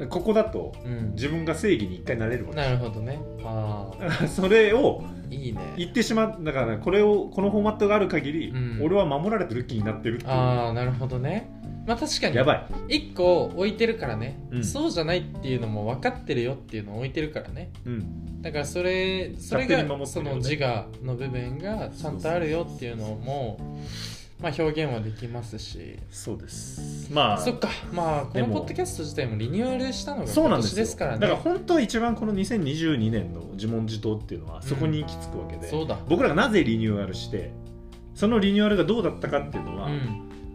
Speaker 1: うん、
Speaker 2: ここだと
Speaker 1: うん
Speaker 2: 自分が正義に一回なれるわけ
Speaker 1: なるほどねああ
Speaker 2: だから それを
Speaker 1: いいね
Speaker 2: 言ってしまうだからこれをこのフォーマットがある限り、
Speaker 1: うん
Speaker 2: 俺は守られてる気になってるっていう
Speaker 1: ああなるほどねまあ確かに
Speaker 2: やばい
Speaker 1: 1個置いてるからね、
Speaker 2: うん
Speaker 1: そうじゃないっていうのも分かってるよっていうのを置いてるからね
Speaker 2: うん
Speaker 1: だからそれそれ
Speaker 2: 勝手に
Speaker 1: が、
Speaker 2: 守って
Speaker 1: そ
Speaker 2: るよ
Speaker 1: の
Speaker 2: ね
Speaker 1: 自我の部分がちゃんとあるよっていうのもまあ表現はできますし
Speaker 2: そうですまあ
Speaker 1: そっかまあこ
Speaker 2: で
Speaker 1: の
Speaker 2: も
Speaker 1: ポッドキャスト自体もリニューアルしたのが
Speaker 2: そうな
Speaker 1: 今
Speaker 2: んで
Speaker 1: 年
Speaker 2: すよ
Speaker 1: ですからね
Speaker 2: だから本当は一番この2022年の自問自答っていうのはそこに行き着くわけで、
Speaker 1: そうだ
Speaker 2: 僕らがなぜリニューアルしてそのリニューアルがどうだったかっていうのは、
Speaker 1: うん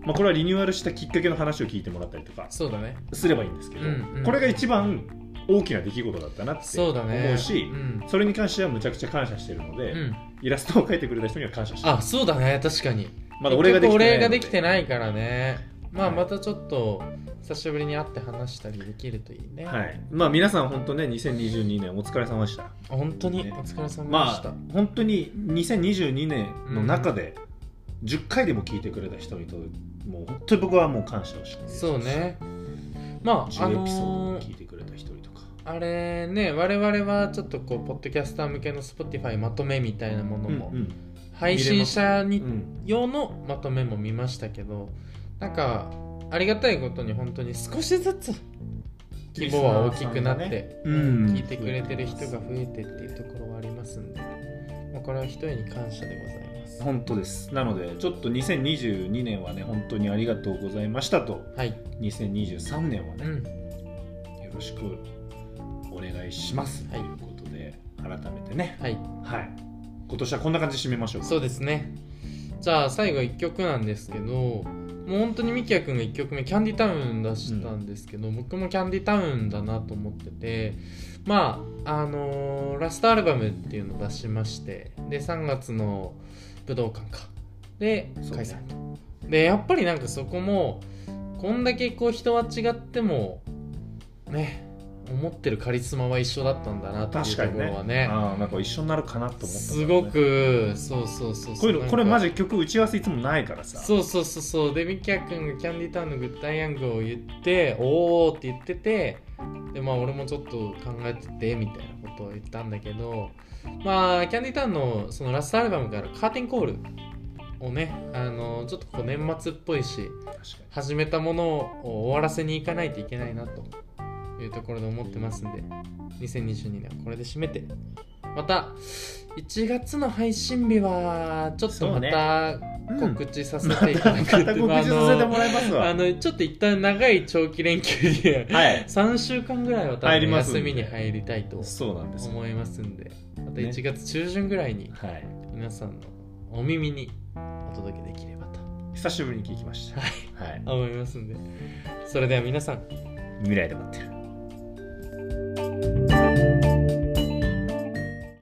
Speaker 2: まあ、これはリニューアルしたきっかけの話を聞いてもらったりとか
Speaker 1: そうだね
Speaker 2: すればいいんですけど、
Speaker 1: うんうん
Speaker 2: これが一番大きな出来事だったなって
Speaker 1: そうだね
Speaker 2: 思うし
Speaker 1: うん、
Speaker 2: それに関してはむちゃくちゃ感謝してるので、
Speaker 1: うん、
Speaker 2: イラストを描いてくれた人には感謝してる
Speaker 1: あそうだね確かに
Speaker 2: まだ俺ができて
Speaker 1: 結
Speaker 2: ない
Speaker 1: 局俺が
Speaker 2: の
Speaker 1: できてないからねまあ
Speaker 2: はい
Speaker 1: またちょっと久しぶりに会って話したりできるといいね、
Speaker 2: はい、まあ皆さん本当ね2022年お疲れ様でした
Speaker 1: 本当に
Speaker 2: ね
Speaker 1: お疲れ様で
Speaker 2: ま
Speaker 1: した、
Speaker 2: あ本当に2022年の中で10回でも聞いてくれた人にともう本当に僕はもう感謝をして
Speaker 1: そうねまああ
Speaker 2: 10エピソード
Speaker 1: のー
Speaker 2: 聞いてくれた人にとか、
Speaker 1: あれね我々はちょっとこうポッドキャスター向けの Spotify まとめみたいなものも、
Speaker 2: うん
Speaker 1: 配信者
Speaker 2: う
Speaker 1: に
Speaker 2: ん
Speaker 1: 用のまとめも見ましたけどなんかありがたいことに本当に少しずつ規模は大きくなって、
Speaker 2: うん
Speaker 1: 聞いてくれてる人が増えてっていうところはありますんで、まあ、これは一重に感謝でございます
Speaker 2: 本当ですなのでちょっと2022年はね本当にありがとうございましたと
Speaker 1: はい、
Speaker 2: 2023年は
Speaker 1: う
Speaker 2: ね、
Speaker 1: ん、
Speaker 2: よろしくお願いしますと
Speaker 1: はい
Speaker 2: いうことで、改めてね
Speaker 1: はい
Speaker 2: はい今年はこんな感じで締めましょうか
Speaker 1: そうですねじゃあ最後1曲なんですけどもう本当にみきやくんが1曲目「キャンディタウン」出したんですけど、僕も「キャンディタウン」だなと思っててまああのーラストアルバムっていうのを出しましてで3月の武道館かで
Speaker 2: そう
Speaker 1: 解散とでやっぱりなんかそこもこんだけこう人は違ってもね思ってるカリスマは一緒だったんだなってい
Speaker 2: 確
Speaker 1: う
Speaker 2: か
Speaker 1: と
Speaker 2: に
Speaker 1: こ
Speaker 2: ね
Speaker 1: ろはね
Speaker 2: ああなんか一緒になるかなと思ったからね、
Speaker 1: すごくそうそうそう
Speaker 2: こう
Speaker 1: そう
Speaker 2: いうのこれマジ曲打ち合わせいつもないからさ
Speaker 1: そうそうそうそうでミキヤ君がキャンディタウンのグッダイヤングを言っておおって言っててでまあ俺もちょっと考えててみたいなことを言ったんだけどまあキャンディタウンのそのラストアルバムからカーテンコールをねあのちょっとこう年末っぽいし
Speaker 2: 確か
Speaker 1: 始めたものを終わらせに行かないといけないなというところで思ってますんで2022年はこれで締めてまた1月の配信日はちょっと
Speaker 2: そう
Speaker 1: ま
Speaker 2: ね
Speaker 1: た
Speaker 2: うん
Speaker 1: 告知させていただく
Speaker 2: また
Speaker 1: まあ
Speaker 2: 告知させてもらいます
Speaker 1: あ
Speaker 2: わ
Speaker 1: のちょっと一旦長い長期連休で
Speaker 2: はい
Speaker 1: 3週間ぐらいは多
Speaker 2: 入り
Speaker 1: 分
Speaker 2: ますんで
Speaker 1: 休みに入りたいと
Speaker 2: そうなんですよ
Speaker 1: 思いますんでまた
Speaker 2: ね
Speaker 1: 1月中旬ぐらいに
Speaker 2: はい
Speaker 1: 皆さんのお耳にお届けできればと
Speaker 2: 久しぶりに聞きました
Speaker 1: はい
Speaker 2: はい
Speaker 1: 思いますんでそれでは皆さん
Speaker 2: 未来で待ってる